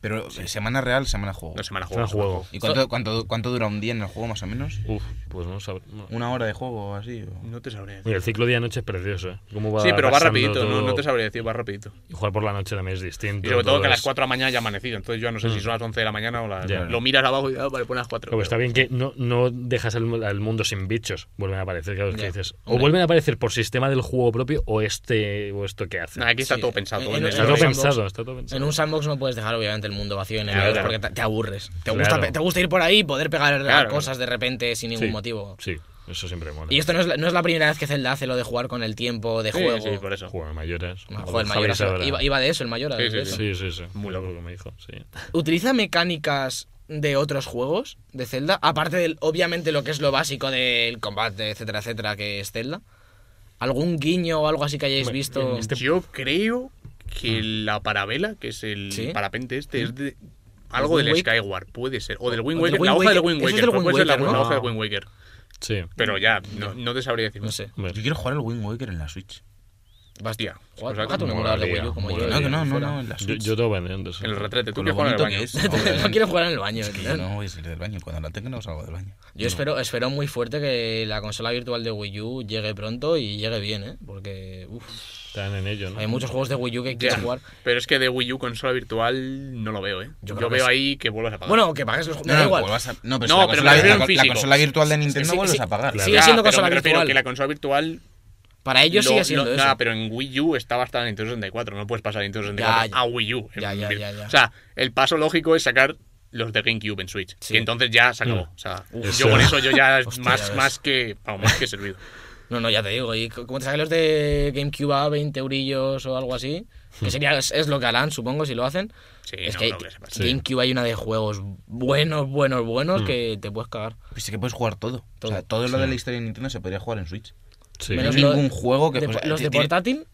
B: Pero eh, semana real, semana juego.
D: Una semana
A: Es un
D: juego.
A: juego.
B: ¿Y cuánto, cuánto, cuánto dura un día en el juego más o menos?
A: Uf, pues no sab- no.
B: ¿Una hora de juego o así? o?
D: No te sabré. decir.
A: Mira, el ciclo día-noche es precioso, ¿eh? Cómo va
D: Sí, pero va
A: pasando
D: rapidito, no,
A: todo.
D: no te sabré decir, va rapidito.
A: Y jugar por la noche también es distinto.
D: Y sobre todo que a las
A: es-
D: 4 de la mañana ya ha amanecido, entonces yo no
C: Mm.
D: sé si son las 11 de la mañana o las...
A: Ya.
D: Lo miras abajo y ah, vale, pon las 4.
A: Claro, está bien que no, no dejas al, mu- al mundo sin bichos. Vuelven a aparecer, claro, es que
C: Ya.
A: dices. O
C: Hombre.
A: vuelven a aparecer por sistema del juego propio o este o esto que hace.
D: aquí está
C: Sí. eh,
D: todo pensado.
C: En-
D: todo
C: en-
D: bien
C: en-
A: está todo
D: pensado.
C: los sandbox-
A: pensado, está todo pensado.
C: En un sandbox no puedes dejar, obviamente, el mundo vacío de enemigos
D: Claro.
C: porque te, te aburres. Te,
A: Claro.
C: gusta, pe- te gusta ir por ahí y poder pegar
D: Claro.
C: a cosas de repente sin ningún
A: Sí.
C: motivo.
A: Sí, eso siempre mola.
C: Y esto no es, la, no es la primera vez que Zelda hace lo de jugar con el tiempo de
D: Sí,
C: juego.
D: sí, por eso.
A: Juego de mayores.
C: Ah,
A: como
C: joder,
A: Javi
C: Mayoras,
A: sabrá.
C: Iba, iba de eso, el Mayora.
D: Sí, sí,
C: de eso.
A: Sí, sí, sí.
D: Muy
A: Muy
D: loco.
A: loco que me dijo. Sí.
C: ¿Utiliza mecánicas de otros juegos de Zelda? Aparte del, obviamente, lo que es lo básico del combate, etcétera, etcétera, que es Zelda. ¿Algún guiño o algo así que hayáis
A: Hombre,
C: visto?
A: en este-
D: Yo creo que la parabela, que es el
C: Sí. Mm.
D: parapente este, es de... Algo
C: Wind
D: del
C: Waker?
D: Skyward, puede ser. O del Wind
C: O del
D: Waker.
C: Wind
D: la hoja del
C: Waker.
D: Wind
C: Eso es
D: Waker.
C: del
D: pues
C: Wind
D: puede ser la-
C: Waker,
D: la
C: ¿no? Mm.
D: hoja del Wind Waker.
A: Sí.
D: Pero ya, no, no te sabría decir.
C: No sé.
A: Hombre,
B: Yo quiero jugar al Wind Waker en la Switch.
C: Juega-
D: Hostia. pues o sea,
C: juega tu
D: como-
C: emulador de Wii U
A: molaría,
C: como Pues yo.
A: molaría.
B: No, que no, no,
C: fuera.
B: no, en la
A: Yo,
B: Switch.
A: yo ¿eh? tengo pendientes.
D: el retrete, tú
B: Con
D: que
B: lo
D: juegas en el
B: bonito
D: baño.
B: que es.
C: no quiero jugar en el baño.
B: Que yo
C: ¿verdad?
B: no voy a salir del baño. Cuando la tenga no salgo del baño.
C: Yo espero, espero muy fuerte que la consola virtual de Wii U llegue pronto y llegue bien, ¿eh? Porque uf,
A: Están en ello, ¿no?
C: hay muchos juegos de Wii U que quieres
D: Ya,
C: jugar.
D: Pero es que de Wii U consola virtual no lo veo, ¿eh.
C: Yo
D: Yo,
C: creo que
D: veo
C: sí.
D: ahí que vuelvas a pagar.
C: Bueno, que pagues los juegos.
B: No, no,
C: igual.
B: vuelvas a- no, pero,
D: No,
B: si la,
D: pero
B: consola,
D: me
B: la
D: refiero en
B: co- la
D: físico.
B: consola virtual de Nintendo
C: sí,
B: vuelves
C: sí.
B: a pagar.
A: Claro.
C: Sigue
D: Ya,
C: siendo
D: pero
C: consola
D: me refiero
C: virtual.
D: que la consola virtual
C: Para ellos
D: Lo-
C: sigue siendo
D: lo-
C: eso.
D: nada, pero en Wii U estaba hasta la Nintendo 64. No puedes pasar de Nintendo 64
C: Ya, ya.
D: a Wii U.
C: Ya, ya, ya, ya.
D: O sea, el paso lógico es sacar los de GameCube en Switch.
C: Sí. Mm.
D: Que entonces ya se acabó. O sea,
A: Uf.
D: yo con eso yo ya
C: Hostia, ya
D: más,
C: ves.
D: más que vamos, más que servido.
C: No, no, ya te digo. Y c- como te saquen los de GameCube a 20 eurillos o algo así, que sería, es, es lo que harán, supongo, si lo hacen.
D: Sí,
C: es
D: no,
C: que,
D: no creo que se pase.
C: GameCube hay una de juegos buenos, buenos, buenos que te puedes cagar.
B: Pues sí que puedes jugar todo. O sea,
C: Todo.
B: todo lo de la historia de Nintendo se podría jugar en Switch.
A: Sí.
C: Menos
B: No hay
C: lo-
B: ningún juego que-
C: de-
B: o sea,
C: los de
B: pues, eh, tiene-
C: portátil,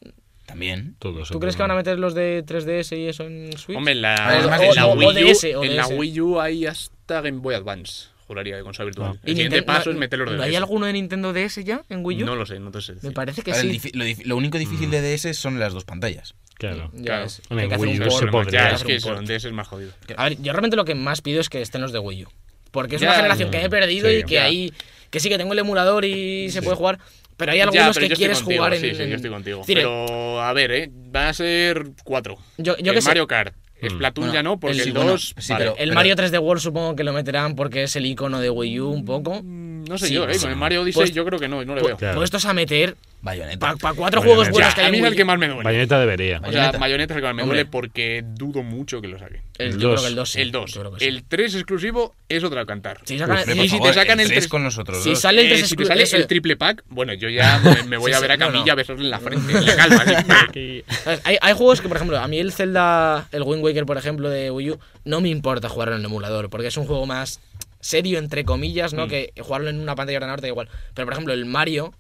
B: También.
A: Todo
C: ¿tú crees que van a meter los de 3DS y eso en Switch?
D: Hombre, en la,
B: A ver, es más
D: en
B: de-
D: la
B: o- o
D: Wii U,
C: DS, o
D: en la
C: DS.
D: Wii U hay hasta Game Boy Advance. Juraría que consola
C: ¿Y
D: virtual. El siguiente
C: Ninten-
D: paso
C: no-
D: es meter los de
C: ¿no ¿Hay
D: DS.
C: alguno de Nintendo DS ya en Wii U?
D: No lo sé, no te sé.
C: Me
D: decir.
C: parece que
B: Ahora,
C: sí.
B: el
C: Mm.
B: difi- lo, difi- lo único difícil de DS son las dos pantallas.
A: Claro.
C: Ya
D: Claro.
C: es.
A: En
C: Hay
A: el
C: que hacer
A: Wii
C: un
A: U se
C: port,
A: podría.
C: hay
D: Ya,
C: que
D: es
C: hacer
D: que
C: un port.
D: son DS es más jodido.
C: A ver, yo realmente lo que más pido es que estén los de Wii U. Porque es
D: Ya,
C: una generación que he perdido
A: sí,
C: y que
D: ya.
C: ahí. Que sí, que tengo el emulador y se puede jugar. Pero hay
D: Ya,
C: algunos
D: pero
C: que
D: yo estoy
C: quieres
D: contigo,
C: jugar en.
D: sí, sí,
C: en-
D: yo estoy contigo.
C: Es decir,
D: pero, a ver, ¿eh? Va a ser cuatro.
C: Yo- yo
D: el
C: qué sé.
D: Mario Kart. Es Splatoon
B: Bueno,
D: ya no, porque
B: el-
D: el
B: sí, bueno,
D: 2...
B: sí, pero-
C: el Mario 3D World supongo que lo meterán porque es el icono de Wii U un poco.
D: No sé
C: Sí,
D: yo, ¿eh?
C: sí.
D: Con el Mario Odyssey
C: Pues-
D: yo creo que no, no le veo.
A: Claro.
C: Puestos a meter
B: Bayonetta.
C: para cuatro
A: Bayonetta.
C: juegos
A: Ya,
D: O
C: buenos que
D: sea,
C: hay
D: a mí
C: en
D: es el
C: Wii.
D: que más me duele.
A: Bayonetta debería.
D: O sea,
B: Bayonetta.
D: Bayonetta es el que más me
C: Hombre.
D: duele porque dudo mucho que lo saquen.
C: El,
A: El
C: yo creo
A: dos.
C: que el 2.
D: el 2. El 3 exclusivo es otra cantar.
C: Si sacan-
B: Hombre,
D: Ah, y
B: por
D: si te
B: favor,
D: sacan el
B: tres
D: tres-
B: con nosotros
C: si
B: dos.
C: sale el
D: Eh,
C: 3
D: si te sale el triple pack, bueno, yo ya me, me voy
C: Sí,
D: a
C: sí,
D: ver a
C: no, no.
D: Camilla a besarle en la frente. en la calva, así, ¡pah!
C: ¿Sabes? Hay, hay juegos que, por ejemplo, a mí el Zelda, el Wind Waker, por ejemplo, de Wii U, no me importa jugarlo en el emulador, porque es un juego más serio, entre comillas,
D: Mm.
C: ¿no? Que jugarlo en una pantalla de ordenador te da igual. Pero, por ejemplo, el Mario,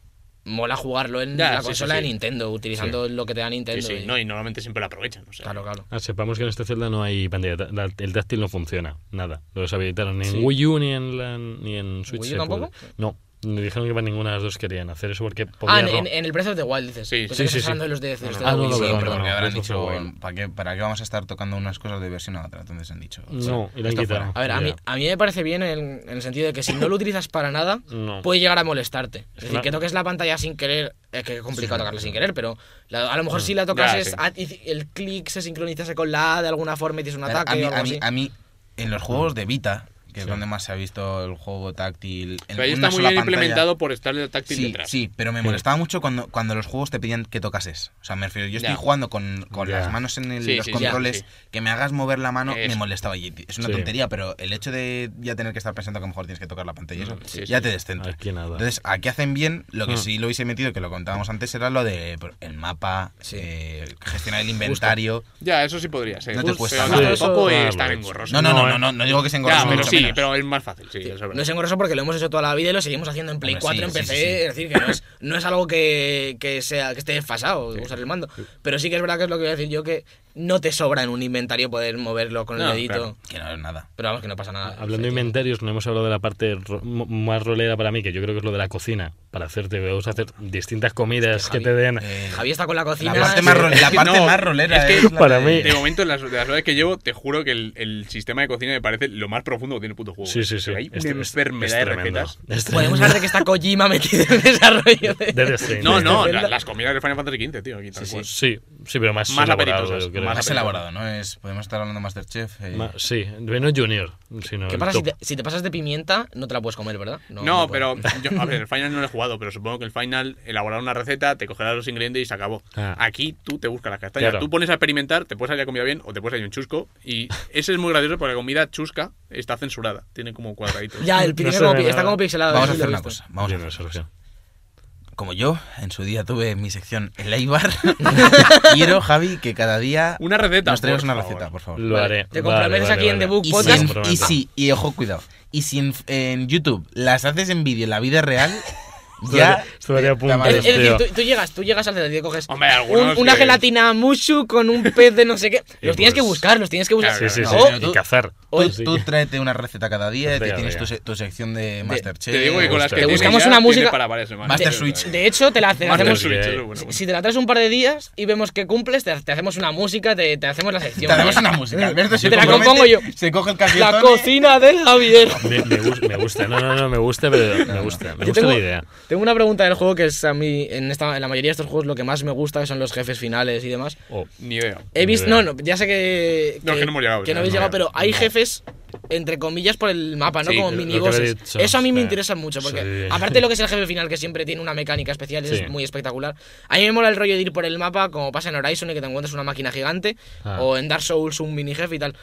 C: mola jugarlo en
D: Ya,
C: la
D: sí,
C: consola
D: sí, sí.
C: de Nintendo, utilizando lo que te da
D: Sí,
C: Nintendo.
D: sí,
C: y-
D: no, y normalmente siempre la aprovechan. O sea,
C: Claro, claro.
A: Ah, sepamos que en este Zelda no hay pantalla. ta- la- el táctil no funciona, nada. Lo deshabilitaron ni en
C: Sí.
A: Wii U ni en, la- ni en Switch.
C: ¿Wii U
A: se
C: tampoco?
A: puede. No, me dijeron que para ninguna de las dos querían hacer eso porque podía.
C: Ah, en,
A: ro-
C: en- en el Breath of the Wild, dices.
D: Sí,
C: Pues
A: sí,
C: estás
A: sí, sí.
C: hablando de los DLCs de
A: Ah, no,
C: Wii,
A: no,
C: sí,
A: no,
B: Sí,
A: no,
C: perdón.
B: porque
A: no.
B: habrán
A: eso fue
B: dicho,
A: bueno.
B: ¿para qué, ¿para qué vamos a estar tocando unas cosas de versión a otra? Entonces han dicho.
A: No, y la han
B: esto
A: quitado.
B: fuera.
C: A ver, a mí,
A: Ya.
C: a mí me parece bien en, en el sentido de que si no lo utilizas para nada,
A: No.
C: puede llegar a molestarte. Es decir,
A: Claro.
C: que toques la pantalla sin querer, es que es complicado tocarla sin querer, pero la- a lo mejor si la tocas
D: Ya,
C: es-
D: sí.
C: a- y el clic se sincronizase con la A de alguna forma y tienes un
B: Claro,
C: ataque
B: a mí,
C: o algo
B: a mí-
C: así.
B: a mí, en los juegos de Vita, que es
A: Sí.
B: donde más se ha visto el juego táctil. En
D: pero ahí
B: una
D: está muy
B: sola
D: bien
B: pantalla.
D: implementado por estar el táctil
B: Sí,
D: detrás.
B: sí, pero me
A: Sí.
B: molestaba mucho cuando, cuando los juegos te pedían que tocases. O sea, me refiero, yo estoy
D: Ya.
B: jugando con, con
A: Ya.
B: las manos en el-
D: Sí,
B: los
D: sí, ya,
B: controles,
D: sí.
B: que me hagas mover la mano, me
D: Eso.
B: molestaba. Y es una
A: Sí.
B: tontería, pero el hecho de ya tener que estar pensando que a lo mejor tienes que tocar la pantalla, y eso,
D: Mm, Sí,
B: ya
D: sí.
B: te descentra.
A: Aquí nada.
B: Entonces, aquí hacen bien, lo que
A: Ah.
B: sí lo hubiese metido, que lo contábamos antes, era lo de por- el mapa,
C: Sí.
B: eh, gestionar el inventario.
D: Ya, eso sí podría ser.
B: No te
D: Justo,
B: cuesta
D: pero
B: nada.
D: tampoco
A: Sí.
D: es
A: Ah,
D: tan
A: vale.
D: engorroso.
B: No, no,
A: No, eh.
B: no, no, no, no digo que se engorda
D: Ya, pero
B: mucho
D: sí,
B: menos.
D: pero es más fácil. Sí, eso es verdad.
C: No es engorroso porque lo hemos hecho toda la vida y lo seguimos haciendo en Play
B: Hombre,
C: 4,
B: sí,
C: en
B: sí,
C: PC,
B: sí, sí.
C: es decir, que no es, no es algo que, que sea que esté desfasado usar el mando. Pero sí que es verdad que es lo que voy a decir yo, que no te sobra en un inventario poder moverlo con el
D: No,
C: dedito.
D: claro.
B: Que no es nada.
C: Pero vamos, que no pasa nada.
A: Hablando de inventarios, no hemos hablado de la parte ro- mo- más rolera para mí, que yo creo que es lo de la cocina. Para hacerte, vamos a hacer distintas comidas
C: Hostia,
A: que te den.
B: Eh,
C: Javi está con la cocina.
B: la parte,
C: sí.
B: más, role- la
D: que
B: parte
D: no,
B: más rolera
D: es que
B: es la
A: para
B: de-
A: mí-
D: De momento, las, de las horas que llevo, te juro que el, el sistema de cocina me parece lo más profundo que tiene el puto juego.
A: Sí, sí, sí.
D: Pero hay una
A: Es- es-
D: enfermedad
A: es
D: de
A: tremendo.
D: recetas.
A: Es
C: Podemos
A: tremendo.
C: hablar de que está Kojima metido en el desarrollo. de-
A: De Destiny.
D: No, no,
C: Zelda.
D: la- las comidas de Final Fantasy XV, tío. Aquí, tal cual.
A: Sí, sí, pero más,
D: Más
A: elaborado,
D: apetitosas,
A: yo creo.
D: más
B: Más elaborado, ¿no? Es, podemos estar hablando de Masterchef. eh,
A: Ma- sí, menos Junior. Sino
C: ¿Qué
A: el
C: pasa si
A: top.
C: te, si te pasas de pimienta? No te la puedes comer, ¿verdad?
D: No,
C: no
D: pero
C: puedo.
D: yo, a ver, el final no lo he jugado, pero supongo que el final elaborar una receta, te cogerá los ingredientes y se acabó.
A: Ah.
D: Aquí tú te buscas las castañas.
A: Claro.
D: Tú pones a experimentar, te puedes salir a comida bien o te puedes salir un chusco. Y ese es muy gracioso porque la comida chusca está censurada. Tiene como cuadraditos.
C: Ya, el
A: No
C: pimiento
A: se
C: como
A: ve
C: pi-
A: nada.
C: está como pixelado.
B: Vamos a
C: sí, lo
B: hacer
C: he
B: una
C: visto.
B: cosa. Vamos a
A: Junior,
B: hacer una
A: Sergio.
B: cosa. Como yo, en su día tuve mi sección en la Ibar, quiero, Javi, que cada día
D: Una receta.
B: nos traigas
D: por
B: una
D: favor.
B: receta, por favor.
A: Lo
C: Vale,
A: haré.
C: te
A: Vale,
C: comprometes
A: vale,
C: aquí en
A: vale.
C: The Book
B: Y
C: Podcast.
B: si,
A: Me
B: en-
A: comprometo.
B: y si- y ojo, cuidado, y si en, en YouTube las haces en vídeo en la vida real, ya... eh,
A: Estaría a punto.
B: madre.
C: Es, es decir,
A: Tío.
C: tú, tú llegas, tú llegas al centro y coges
D: Hombre, algunos
C: un- una
D: que-
C: gelatina mushu con un pez de no sé qué. Los
A: Y
C: tienes que
A: pues-
C: buscar, los tienes que buscar.
A: Sí, sí, sí.
C: O-
B: no, no.
A: Y cazar.
B: Tú,
A: Sí.
B: tú tráete una receta cada día,
A: Venga,
B: te tienes tu,
A: venga.
B: se- tu sección de Masterchef.
D: Te digo que con las
A: Te
D: que tiene
C: buscamos
D: ya,
C: una
D: tiene
C: música-
D: para varias semanas.
B: Master
D: Sí,
B: Switch.
D: sí.
C: de hecho, te la te la
D: Master
C: hacemos.
D: Switch, eso es
A: si-
D: bueno, bueno.
C: Si te la traes un par de días y vemos que cumples, te, te hacemos una música, te, te hacemos la sección.
B: Te hacemos una música, Alberto se
C: Te la
B: compromete,
C: compongo yo.
B: Se coge el
C: La
B: cachetón.
C: cocina de Javier.
A: Me, me gus- me gusta, no, no, no, me gusta, pero me gusta. Me
C: Yo
A: gusta
C: tengo,
A: la idea.
C: tengo una pregunta del juego que es a mí, en, esta, en la mayoría de estos juegos, lo que más me gusta que son los jefes finales y demás.
A: Oh,
D: Ni idea.
C: He visto,
A: idea.
C: no, no, ya sé que.
D: No, que no hemos llegado,
C: que no
D: ya,
C: habéis
D: no,
C: llegado,
D: ya.
C: pero hay jefes, entre comillas, por el mapa, ¿no?
D: Sí,
C: Como
A: lo- lo que
C: minibosses.
A: habéis dicho,
C: Eso a mí me
A: sí.
C: interesa mucho, porque
A: Sí.
C: aparte de lo que es el jefe final, que siempre tiene una mecánica especial, eso
A: Sí.
C: es muy espectacular. A mí me mola el rollo de ir por el mapa, como pasa en Horizon, y que te encuentras una máquina gigante,
A: Ah.
C: o en Dark Souls un mini jefe y tal.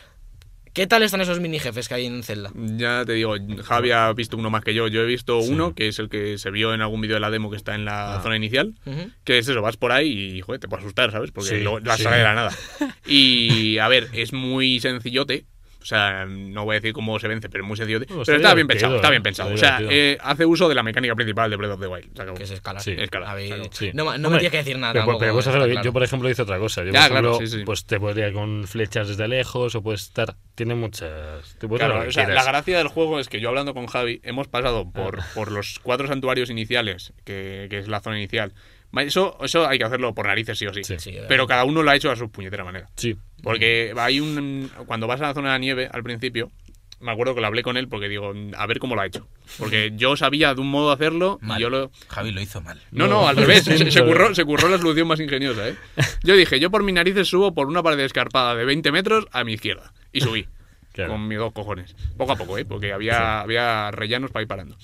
C: ¿Qué tal están esos mini jefes que hay en Zelda?
D: Ya te digo, Javi ha visto uno más que yo. Yo he visto uno, que es el que se vio en algún vídeo de la demo que está en la zona inicial.
A: Mm.
C: Ujú.
D: Que es eso, vas por ahí y joder, te puedes asustar, ¿sabes? Porque
A: Sí,
D: lo, la
A: sí.
D: sale de la nada. Y a ver, es muy sencillote. O sea, no voy a decir cómo se vence, pero es muy sencillote.
A: No, está
D: pero está bien
A: divertido,
D: pensado, está
A: ¿eh?
D: bien pensado. O
A: Está
D: sea,
A: divertido.
D: eh, hace uso de la mecánica principal de Breath of the Wild. se acabó.
C: Que es escalar.
A: Sí.
D: Escalar,
C: A ver,
D: claro.
A: Sí.
C: No, ma- no me
A: Hombre,
C: tienes que decir nada.
A: pero- pues,
C: tampoco,
A: pero puedes hacer
C: está
A: lo que-
C: claro.
A: Yo, por ejemplo, hice otra cosa. Yo,
D: Ya,
A: por
D: claro,
A: ejemplo,
D: sí, sí.
A: pues te podría ir con flechas desde lejos o puedes estar. Tiene muchas. Te puedes
D: Claro,
A: hacer lo que
D: o sea, la
A: quieras. Ah.
D: gracia del juego es que yo hablando con Javi hemos pasado por, por los cuatro santuarios iniciales, que, que es la zona inicial. Ma- Eso, eso hay que hacerlo por narices sí o sí.
A: Sí.
C: Sí,
D: Pero cada uno lo ha hecho a su puñetera manera.
A: Sí.
D: Porque hay un. Cuando vas a la zona de la nieve al principio, me acuerdo que lo hablé con él porque digo, a ver cómo lo ha hecho. Porque yo sabía de un modo hacerlo
B: Mal.
D: y yo lo.
B: Javi lo hizo mal.
D: No,
A: No,
D: no, al
A: lo
D: revés.
A: siento.
D: Se, se curró, se curró la solución más ingeniosa, ¿eh? Yo dije, yo por mis narices subo por una pared escarpada de 20 metros a mi izquierda. Y subí.
A: Claro.
D: Con mis dos cojones. Poco a poco, ¿eh? Porque había, había rellanos para ir parando.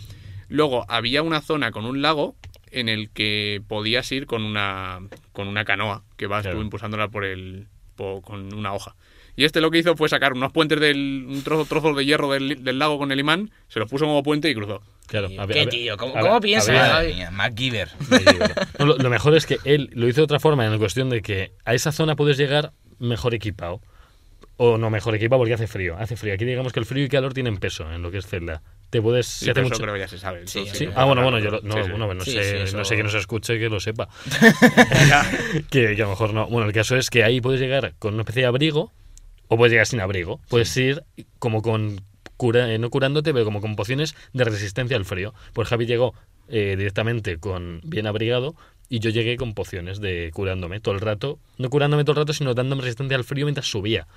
D: Luego había una zona con un lago en el que podías ir con una, con una canoa que vas
A: Claro.
D: tú impulsándola por el, po- con una hoja. Y este lo que hizo fue sacar unos puentes del un trozo, trozo de hierro del, del lago con el imán, se los puso como puente y cruzó.
A: Claro,
C: Tío,
A: había-
C: qué
A: había-
C: tío, ¿cómo-
A: había-
C: cómo piensa?
A: había-
C: Ay.
B: Madre mía, MacGyver.
A: No, lo, lo mejor es que él lo hizo de otra forma, en la cuestión de que a esa zona puedes llegar mejor equipado. O no mejor equipado porque hace frío. Hace frío. Aquí digamos que el frío y calor tienen peso en lo que es Zelda. Te puedes.
D: Sí,
A: se hace
D: "Oh, pero
A: mucho-
D: eso creo que ya se sabe.
C: Sí,
D: Entonces,
C: sí.
D: no
A: Ah,
D: pasa
A: bueno,
D: nada.
A: bueno, yo lo- no,
D: Sí, sí.
A: bueno, no,
C: Sí,
A: sé,
C: sí, eso-
A: no sé que nos escuche que lo sepa. que, que a lo mejor no. Bueno, el caso es que ahí puedes llegar con una especie de abrigo o puedes llegar sin abrigo. Puedes ir como con. Cura, eh, no curándote, pero como con pociones de resistencia al frío. Pues Javi llegó eh, directamente con bien abrigado y yo llegué con pociones de curándome todo el rato. No curándome todo el rato, sino dándome resistencia al frío mientras subía.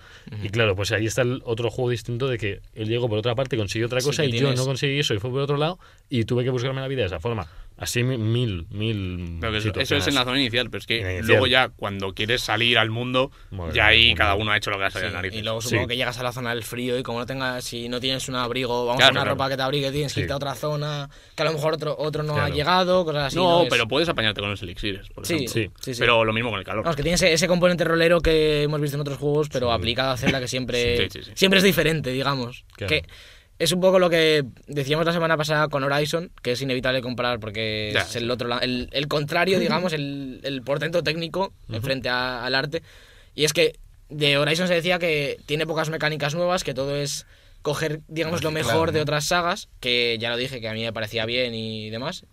A: Y claro, pues ahí está el otro juego distinto de que él llegó por otra parte, consiguió otra
C: Sí,
A: cosa
C: que
A: y yo
C: tienes-
A: no conseguí eso y fue por otro lado y tuve que buscarme la vida de esa forma. Así mi- mil, mil.
D: Pero que eso, eso es
A: situaciones.
D: en la zona inicial, pero es que
A: En la inicial.
D: luego ya cuando quieres salir al mundo,
A: Madre
D: ya
A: mía,
D: ahí
A: mundo.
D: cada uno ha hecho lo que ha salido
C: Sí,
D: de nariz.
C: y luego supongo
A: Sí.
C: que llegas a la zona del frío y como no tengas, si no tienes un abrigo, vamos
D: Claro,
C: a una
D: claro.
C: ropa que te abrigue, tienes que irte a otra zona, que a lo mejor otro, otro no ha
A: Claro.
C: llegado, cosas así.
D: no,
C: Es-
D: pero puedes apañarte con los elixires, por
C: sí,
D: ejemplo.
A: Sí.
C: sí, sí.
D: Pero lo mismo con el calor.
C: Vamos, que tiene ese, ese componente rolero que hemos visto en otros juegos, pero aplicado a Zelda que siempre,
D: Sí, sí, sí.
C: siempre es diferente, digamos.
A: Claro.
C: Que es un poco lo que decíamos la semana pasada con Horizon, que es inevitable comparar porque
D: Ya,
C: es el otro la- el, el contrario, digamos, el, el portento técnico frente a- al arte. Y es que de Horizon se decía que tiene pocas mecánicas nuevas, que todo es coger, digamos, lo
B: Reciclar,
C: mejor de
B: ¿no?
C: otras sagas, que ya lo dije, que a mí me parecía bien y demás.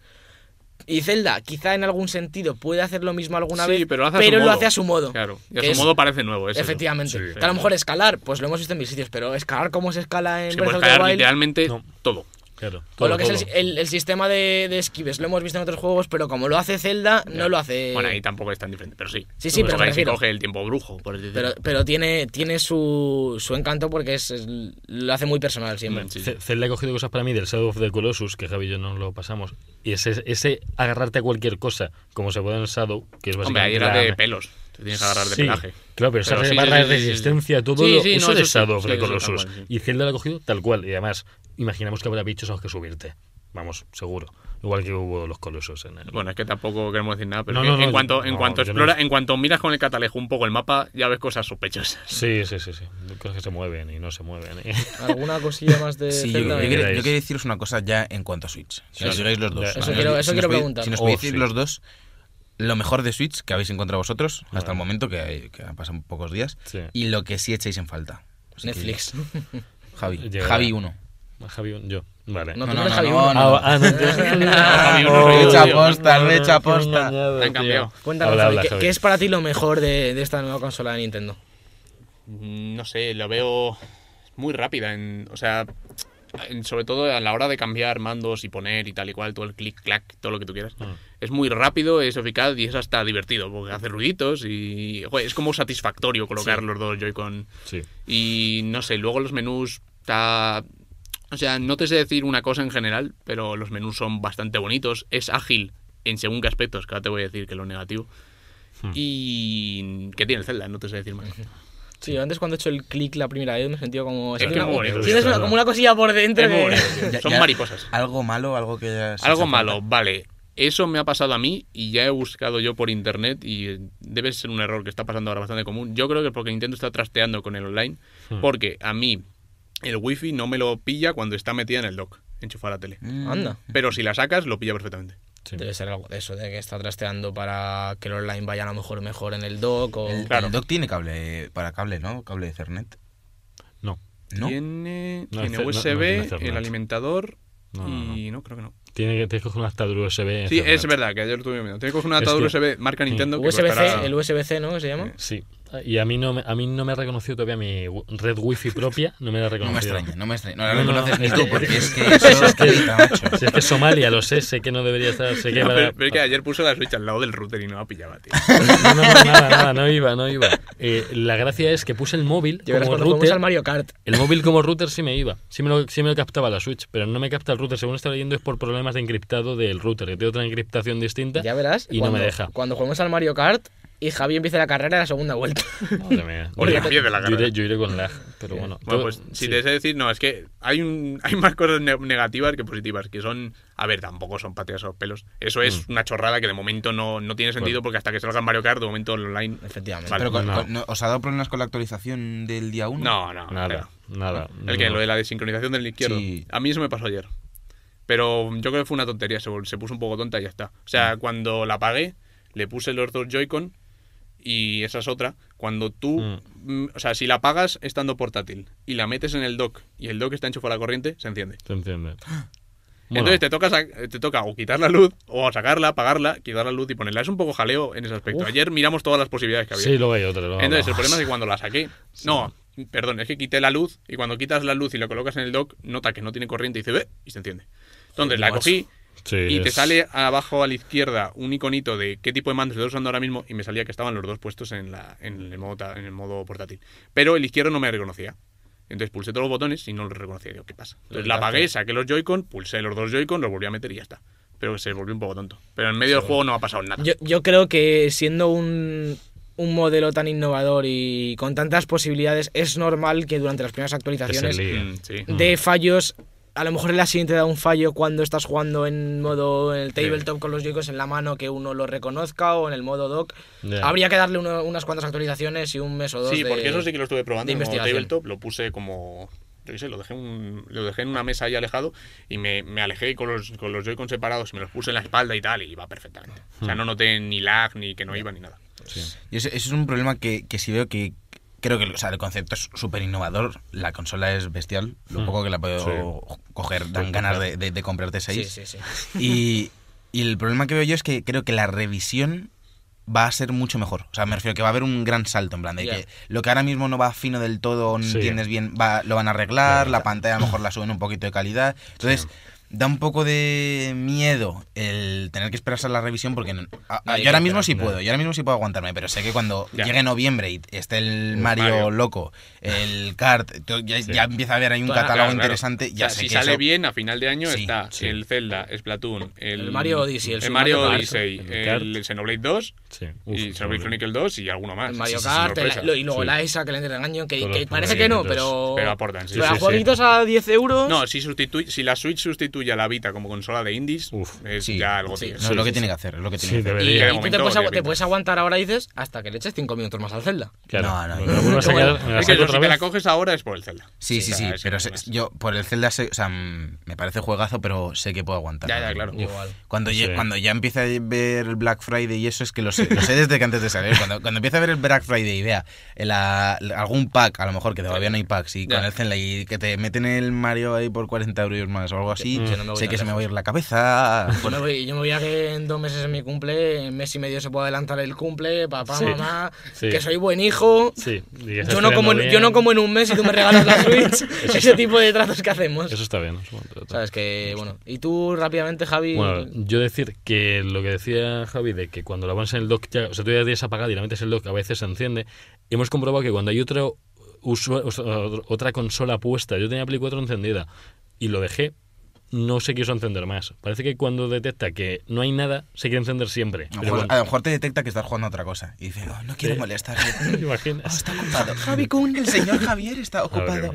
C: Y Zelda, quizá en algún sentido puede hacer lo mismo alguna
D: Sí,
C: vez,
D: pero lo hace a su
C: lo
D: modo.
C: hace a su modo.
D: Claro, y a
C: que
D: su
C: es-
D: modo parece nuevo. Es eso.
C: Efectivamente.
D: Sí.
C: Que a lo mejor escalar, pues lo hemos visto en mil sitios, pero escalar como se escala en
D: Es que
C: Breath of
D: puedes
C: the
D: caer
C: Wild,
D: literalmente
A: No.
D: todo.
A: Claro,
C: o
A: todo,
C: lo que es
A: todo.
C: el, el- el sistema de, de esquives, lo hemos visto en otros juegos, pero como lo hace Zelda, no lo hace.
D: Bueno, ahí tampoco es tan diferente, pero sí.
C: Sí, sí, pero
D: Porque
C: me
D: ahí se
C: refiero-
D: coge el tiempo brujo, por así
C: pero,
D: decirlo.
C: pero tiene, tiene su, su encanto porque es, es- lo hace muy personal siempre.
D: Mm, sí, sí.
A: Ce- Zelda ha cogido cosas para mí del Shadow of the Colossus, que Javi y yo no lo pasamos. Y ese, ese agarrarte a cualquier cosa, como se puede en el Shadow, que es
D: Hombre, ahí
A: básicamente.
D: era
A: la-
D: de pelos. Te tienes que agarrar de
A: pues Sí,
D: pelaje.
A: Claro, pero, esa
D: Pero sí,
A: barra
D: sí,
A: de
D: sí, sí, sí.
A: resistencia, todo
D: Sí,
A: lo-
D: sí, no,
A: eso de
D: eso sí,
A: Shadow of
D: sí,
A: the
D: eso tal
A: Colossus.
D: cual, sí.
A: Y Zelda lo ha cogido tal cual. Y además, imaginamos que habrá bichos a los que subirte. Vamos, seguro. Igual que hubo los Colossus en el.
D: Bueno, es que tampoco queremos decir nada, pero
A: No,
D: es que
A: no, no,
D: en cuanto,
A: yo-
D: en
A: no,
D: cuanto
A: yo no-
D: explora, en cuanto miras con el catalejo un poco el mapa, ya ves cosas sospechosas.
A: Sí, sí, sí, sí. Cosas que se mueven y no se mueven. ¿eh?
C: ¿Alguna cosilla más de
B: Sí, yo, yo
C: Eh, Zelda?
A: que-
B: quería,
A: queráis.
B: yo quería deciros una cosa ya en cuanto a Switch.
A: Sí,
B: Si os digáis los dos.
A: ya.
B: Si
A: Eso
B: nos-
C: quiero-
B: si
C: eso
B: nos
C: quiero
B: podéis-
C: preguntar.
B: Si nos
A: Oh,
B: podéis decir
A: sí.
B: los dos lo mejor de Switch que habéis encontrado vosotros hasta
A: Vale.
B: el momento, que, que han pasado pocos días,
A: Sí.
B: y lo que sí echáis en falta. Así que,
C: Netflix.
B: Javi.
A: Llegará.
B: Javi 1.
A: Javi, yo. Vale.
C: No,
B: No,
C: tú
B: no,
C: eres
B: no,
C: Javi
B: no,
C: Uno.
B: no.
A: Ah, ah, no, entonces-
D: Javi, uno,
A: Oh,
D: Javi, uno.
A: tío.
B: Echa aposta,
A: No, no,
B: echa
A: no,
B: aposta.
A: qué engañado,
D: Te han
A: tío.
D: cambiado.
C: Cuéntanos,
A: Habla,
C: Javi,
A: habla,
C: ¿qué,
A: Javi.
C: qué es para ti lo mejor de, de esta nueva consola de Nintendo?
D: Mm, no sé, la veo muy rápida. En, o sea, en- sobre todo a la hora de cambiar mandos y poner y tal y cual, todo el clic-clac, todo lo que tú quieras.
A: Ah.
D: Es muy rápido, es eficaz y es hasta divertido, porque hace ruiditos y joder, es como satisfactorio colocar los dos Joy-Con.
A: Sí.
D: Y no sé, luego los menús está... O sea, no te sé decir una cosa en general, pero los menús son bastante bonitos. Es ágil en según qué aspectos, que ahora te voy a decir que lo negativo.
B: Hmm.
D: Y que tiene el Zelda, no te sé decir más.
C: Sí, yo antes cuando he hecho el clic la primera vez me he sentido como...
D: Es que
C: una-
D: muy bonito,
C: tienes una-
A: sí, claro.
C: como una cosilla por dentro
D: Es muy
C: que-
D: bonito,
B: Ya-
D: tío. Son
B: ya-
D: mariposas.
B: Algo malo, algo que ya se
D: Algo
B: echa
D: malo,
B: falta.
D: vale. Eso me ha pasado a mí y ya he buscado yo por internet y debe ser un error que está pasando ahora bastante común. Yo creo que porque Nintendo está trasteando con el online,
B: Hmm.
D: porque a mí el wifi no me lo pilla cuando está metida en el dock, enchufada a la tele.
B: Mm.
C: Anda.
D: Pero si la sacas, lo pilla perfectamente.
A: Sí.
C: Debe ser algo de eso, de que está trasteando para que el online vaya a lo mejor mejor en el dock o...
B: El,
D: Claro.
B: el dock tiene cable para cable, ¿no? Cable de Ethernet.
A: No.
B: ¿No?
D: Tiene,
A: No,
D: tiene
A: es- no- no tiene
D: USB,
A: Ethernet.
D: el alimentador
A: No, no,
D: y no, creo que no.
A: Tiene que, tienes que coger un adaptador USB.
D: Sí, es
A: etcétera.
D: verdad, que ayer lo tuve viendo. Tiene que coger un
A: Es
D: adaptador
A: que- Mm.
D: USB marca
A: sí.
D: Nintendo. que pues
C: USB-C,
D: costará-
C: el USB-C, ¿no? ¿Qué se llama?
A: Sí. Y a mí no me, a mí no me ha reconocido todavía mi wi- red wifi propia, no me la ha
B: No me
A: reconocido.
B: extraña, no me extraña. No, la
A: No, no,
B: reconoces ni
A: es
B: tú,
A: que-
B: porque es que eso es que macho.
A: Si es que Somalia, lo sé, sé que no debería estar, sé que
D: No,
A: para-
D: pero, pero es que ayer puso la Switch al lado del router y no la pillaba, tío.
A: No, no, no, nada, nada, no iba, no iba. Eh, la gracia es que puse el móvil
C: Yo verás
A: como
C: cuando jugamos al
A: router.
C: Mario Kart.
A: El móvil como router sí me iba, sí me, lo, sí me lo captaba la Switch, pero no me capta el router. Según está leyendo es por problemas de encriptado del router, que tiene otra encriptación distinta
C: Ya verás.
A: y no
C: cuando-
A: me deja.
C: Cuando jugamos al Mario Kart y Javi empieza la carrera en la segunda vuelta.
A: Madre mía.
D: Oye,
A: Yo iré-
D: empieza la
A: yo
D: carrera.
A: iré- Yo iré con lag, pero bueno.
D: Bueno,
A: Todo-
D: pues si
A: sí.
D: te sé decir, no, es que hay, un, hay más cosas ne- negativas que positivas, que son, a ver, tampoco son pateas a los pelos. Eso
A: Mm.
D: es una chorrada que de momento no, no tiene sentido porque hasta que salga Mario Kart, de momento el online...
C: Efectivamente.
D: Vale.
B: Pero con-
A: no.
B: con- no, ¿Os ha dado problemas con la actualización del día 1?
D: No, no,
A: Nada,
D: cero.
A: nada.
D: El que,
A: no.
D: lo de la desincronización del izquierdo.
B: Sí.
D: A mí eso me pasó ayer. Pero yo creo que fue una tontería, se, vol- se puso un poco tonta y ya está. O sea, cuando la apagué, le puse los dos Joy-Con y esa es otra. Cuando tú, mm, o sea, si la apagas estando portátil y la metes en el dock y el dock está enchufado a la corriente, se enciende.
A: Se entiende.
D: Entonces te toca, sa- te toca o quitar la luz o sacarla, apagarla, quitar la luz y ponerla. Es un poco jaleo en ese aspecto.
C: Uf.
D: Ayer miramos todas las posibilidades que había.
A: Sí, luego hay otro. luego
D: Entonces, el
A: hablamos.
D: problema es que cuando la saqué. No, perdón, es que quité la luz y cuando quitas la luz y la colocas en el dock, nota que no tiene corriente y dice, ve, y se enciende. Entonces la
C: macho.
D: cogí
A: Sí,
D: y te
A: es-
D: sale abajo a la izquierda un iconito de qué tipo de mando estás usando ahora mismo y me salía que estaban los dos puestos en, la, en, el, modo, ta- en el modo portátil. Pero el izquierdo no me reconocía. Entonces pulsé todos los botones y no los reconocía. Digo, ¿qué pasa? Entonces la apagué, saqué los Joy-Con, pulsé los dos Joy-Con, los volví a meter y ya está. Pero se volvió un poco tonto. Pero en medio del juego no ha pasado nada.
C: Yo, yo creo que siendo un, un modelo tan innovador y con tantas posibilidades, es normal que durante las primeras
A: que se
C: actualizaciones
A: líe.
D: Mm, sí.
C: de fallos, a lo mejor en la siguiente da un fallo cuando estás jugando en modo en el tabletop con los joycons en la mano que uno lo reconozca o en el modo dock.
A: Ya.
C: Habría que darle uno- unas cuantas actualizaciones y un mes o dos.
D: Sí,
C: de-
D: porque eso sí que lo estuve probando
C: de
D: en modo
C: investigación.
D: tabletop, lo puse como yo qué sé, lo dejé, en un- lo dejé en una mesa ahí alejado y me, me alejé con los, con los Joy-Con separados y me los puse en la espalda y tal y iba perfectamente. O sea, no noté ni lag, ni que no iba, ni nada. Ah,
A: Sí.
B: Y ese, ese es un problema que, que sí veo que creo que o sea, el concepto es súper innovador. La consola es bestial. Lo
A: Hmm.
B: poco que la puedo coger dan ganas de, de- de comprarte
C: Sí,
B: seis.
C: sí, sí.
B: Y, y el problema que veo yo es que creo que la revisión va a ser mucho mejor. O sea, me refiero que va a haber un gran salto, en plan, de
C: Ya.
B: que lo que ahora mismo no va fino del todo, o no
A: Sí.
B: entiendes bien, va- lo van a arreglar, la pantalla a lo mejor la suben un poquito de calidad. Entonces, da un poco de miedo el tener que esperarse a la revisión porque no- a- a-
C: Nadie
B: yo ahora
C: quiere
B: mismo sí
A: esperar,
B: puedo, yo ahora mismo sí puedo aguantarme, pero sé que cuando
D: Ya.
B: llegue noviembre y esté el Mario,
D: Mario.
B: loco, el Kart, to- ya, ya empieza a haber ahí un
C: Toda-
B: catálogo
D: Claro, claro.
B: interesante, ya
D: O sea,
B: sé
D: si
B: que
D: sale
B: eso-
D: bien, a final de año
B: Sí,
D: está
A: sí.
D: el Zelda, Splatoon, el,
C: El Mario Odyssey, el
D: el
C: Super
D: Mario
C: Mario Kart,
D: Odyssey,
A: el Kart.
D: el, Xenoblade 2
A: Sí. Uf,
D: y
A: sobre-
D: Xenoblade Chronicle 2 y alguno más.
C: El Mario
D: Ah, Sí, sí, sí,
C: Kart, el-
D: sorpresa.
C: lo- y luego
A: sí.
C: la ESA que le entrega engaño, que,
A: Todos
C: que
A: los
C: parece que no,
A: movimientos.
C: pero.
D: Pero aportan, sí,
C: pero
A: sí,
C: a
A: sí.
C: jueguitos a 10 euros.
D: No, si, sustitu- si la Switch sustituye a la Vita como consola de indies,
A: Uf.
D: es
B: Sí.
D: ya algo
C: Sí.
D: tío.
B: No, es lo que tiene que hacer, es lo que tiene
A: Sí,
B: que hacer.
C: Y,
D: de
A: debería.
C: y tú te
D: momento,
C: puedes, agu-
D: ¿qué
C: te
D: pinta?
C: puedes aguantar ahora, dices, hasta que le eches 5 minutos más al Zelda.
A: Claro.
B: No, no,
A: Me
B: no.
A: la vuelvo a sacar, me la
D: Es que
A: saco
D: yo,
A: otra
D: si me la
A: vez.
D: coges ahora es por el Zelda.
B: Sí, sí,
D: O
B: sí,
D: sea, es
B: pero
D: un
B: se-
D: más.
B: yo por el Zelda, sé- o sea, mm, me parece juegazo, pero sé que puedo aguantar.
D: Ya, ya, claro.
C: Igual.
B: Cuando, lle-
A: Sí.
B: cuando ya empiece a ver el Black Friday y eso es que lo sé, lo sé desde que antes de salir. Cuando, cuando empiece a ver el Black Friday y vea el, ah, algún pack, a lo mejor que todavía no hay packs, y
C: Ya.
B: con el Zelda y que te meten el Mario ahí por 40 euros más o algo así,
C: Sí, no me voy
B: sé
C: tan
B: que se me
C: lejos.
B: va a ir la cabeza.
C: Yo me, voy, yo me voy a que en dos meses es mi cumple, en mes y medio se puede adelantar el cumple, papá,
A: Sí,
C: mamá,
A: sí.
C: que soy buen hijo.
A: Sí. y que estás
C: Yo no, como en,
A: tirando
C: yo no
A: bien.
C: como en un mes y tú me regalas la Switch. Ese tipo de tratos que hacemos.
A: Eso está bien. es un buen trato.
C: Sabes que, bueno. Y tú rápidamente, Javi.
A: Bueno, yo decir que lo que decía Javi de que cuando la pones en el dock, ya, o sea, tú ya tienes apagada y la metes en el dock, a veces se enciende. Hemos comprobado que cuando hay otro usu- o sea, otra consola puesta, yo tenía Play 4 encendida y lo dejé, no se quiso encender más. Parece que cuando detecta que no hay nada, se quiere encender siempre.
B: A lo,
A: Pero
D: pues,
B: mejor,
A: cuando-
B: a lo mejor te detecta que estás jugando a otra cosa y dice, "Oh, no quiero
A: Sí.
B: molestar.
D: ah.
A: ¿Te imaginas?
B: está ocupado. Javi Kun, el señor Javier
C: Ah,
B: está
A: A ver,
B: ocupado.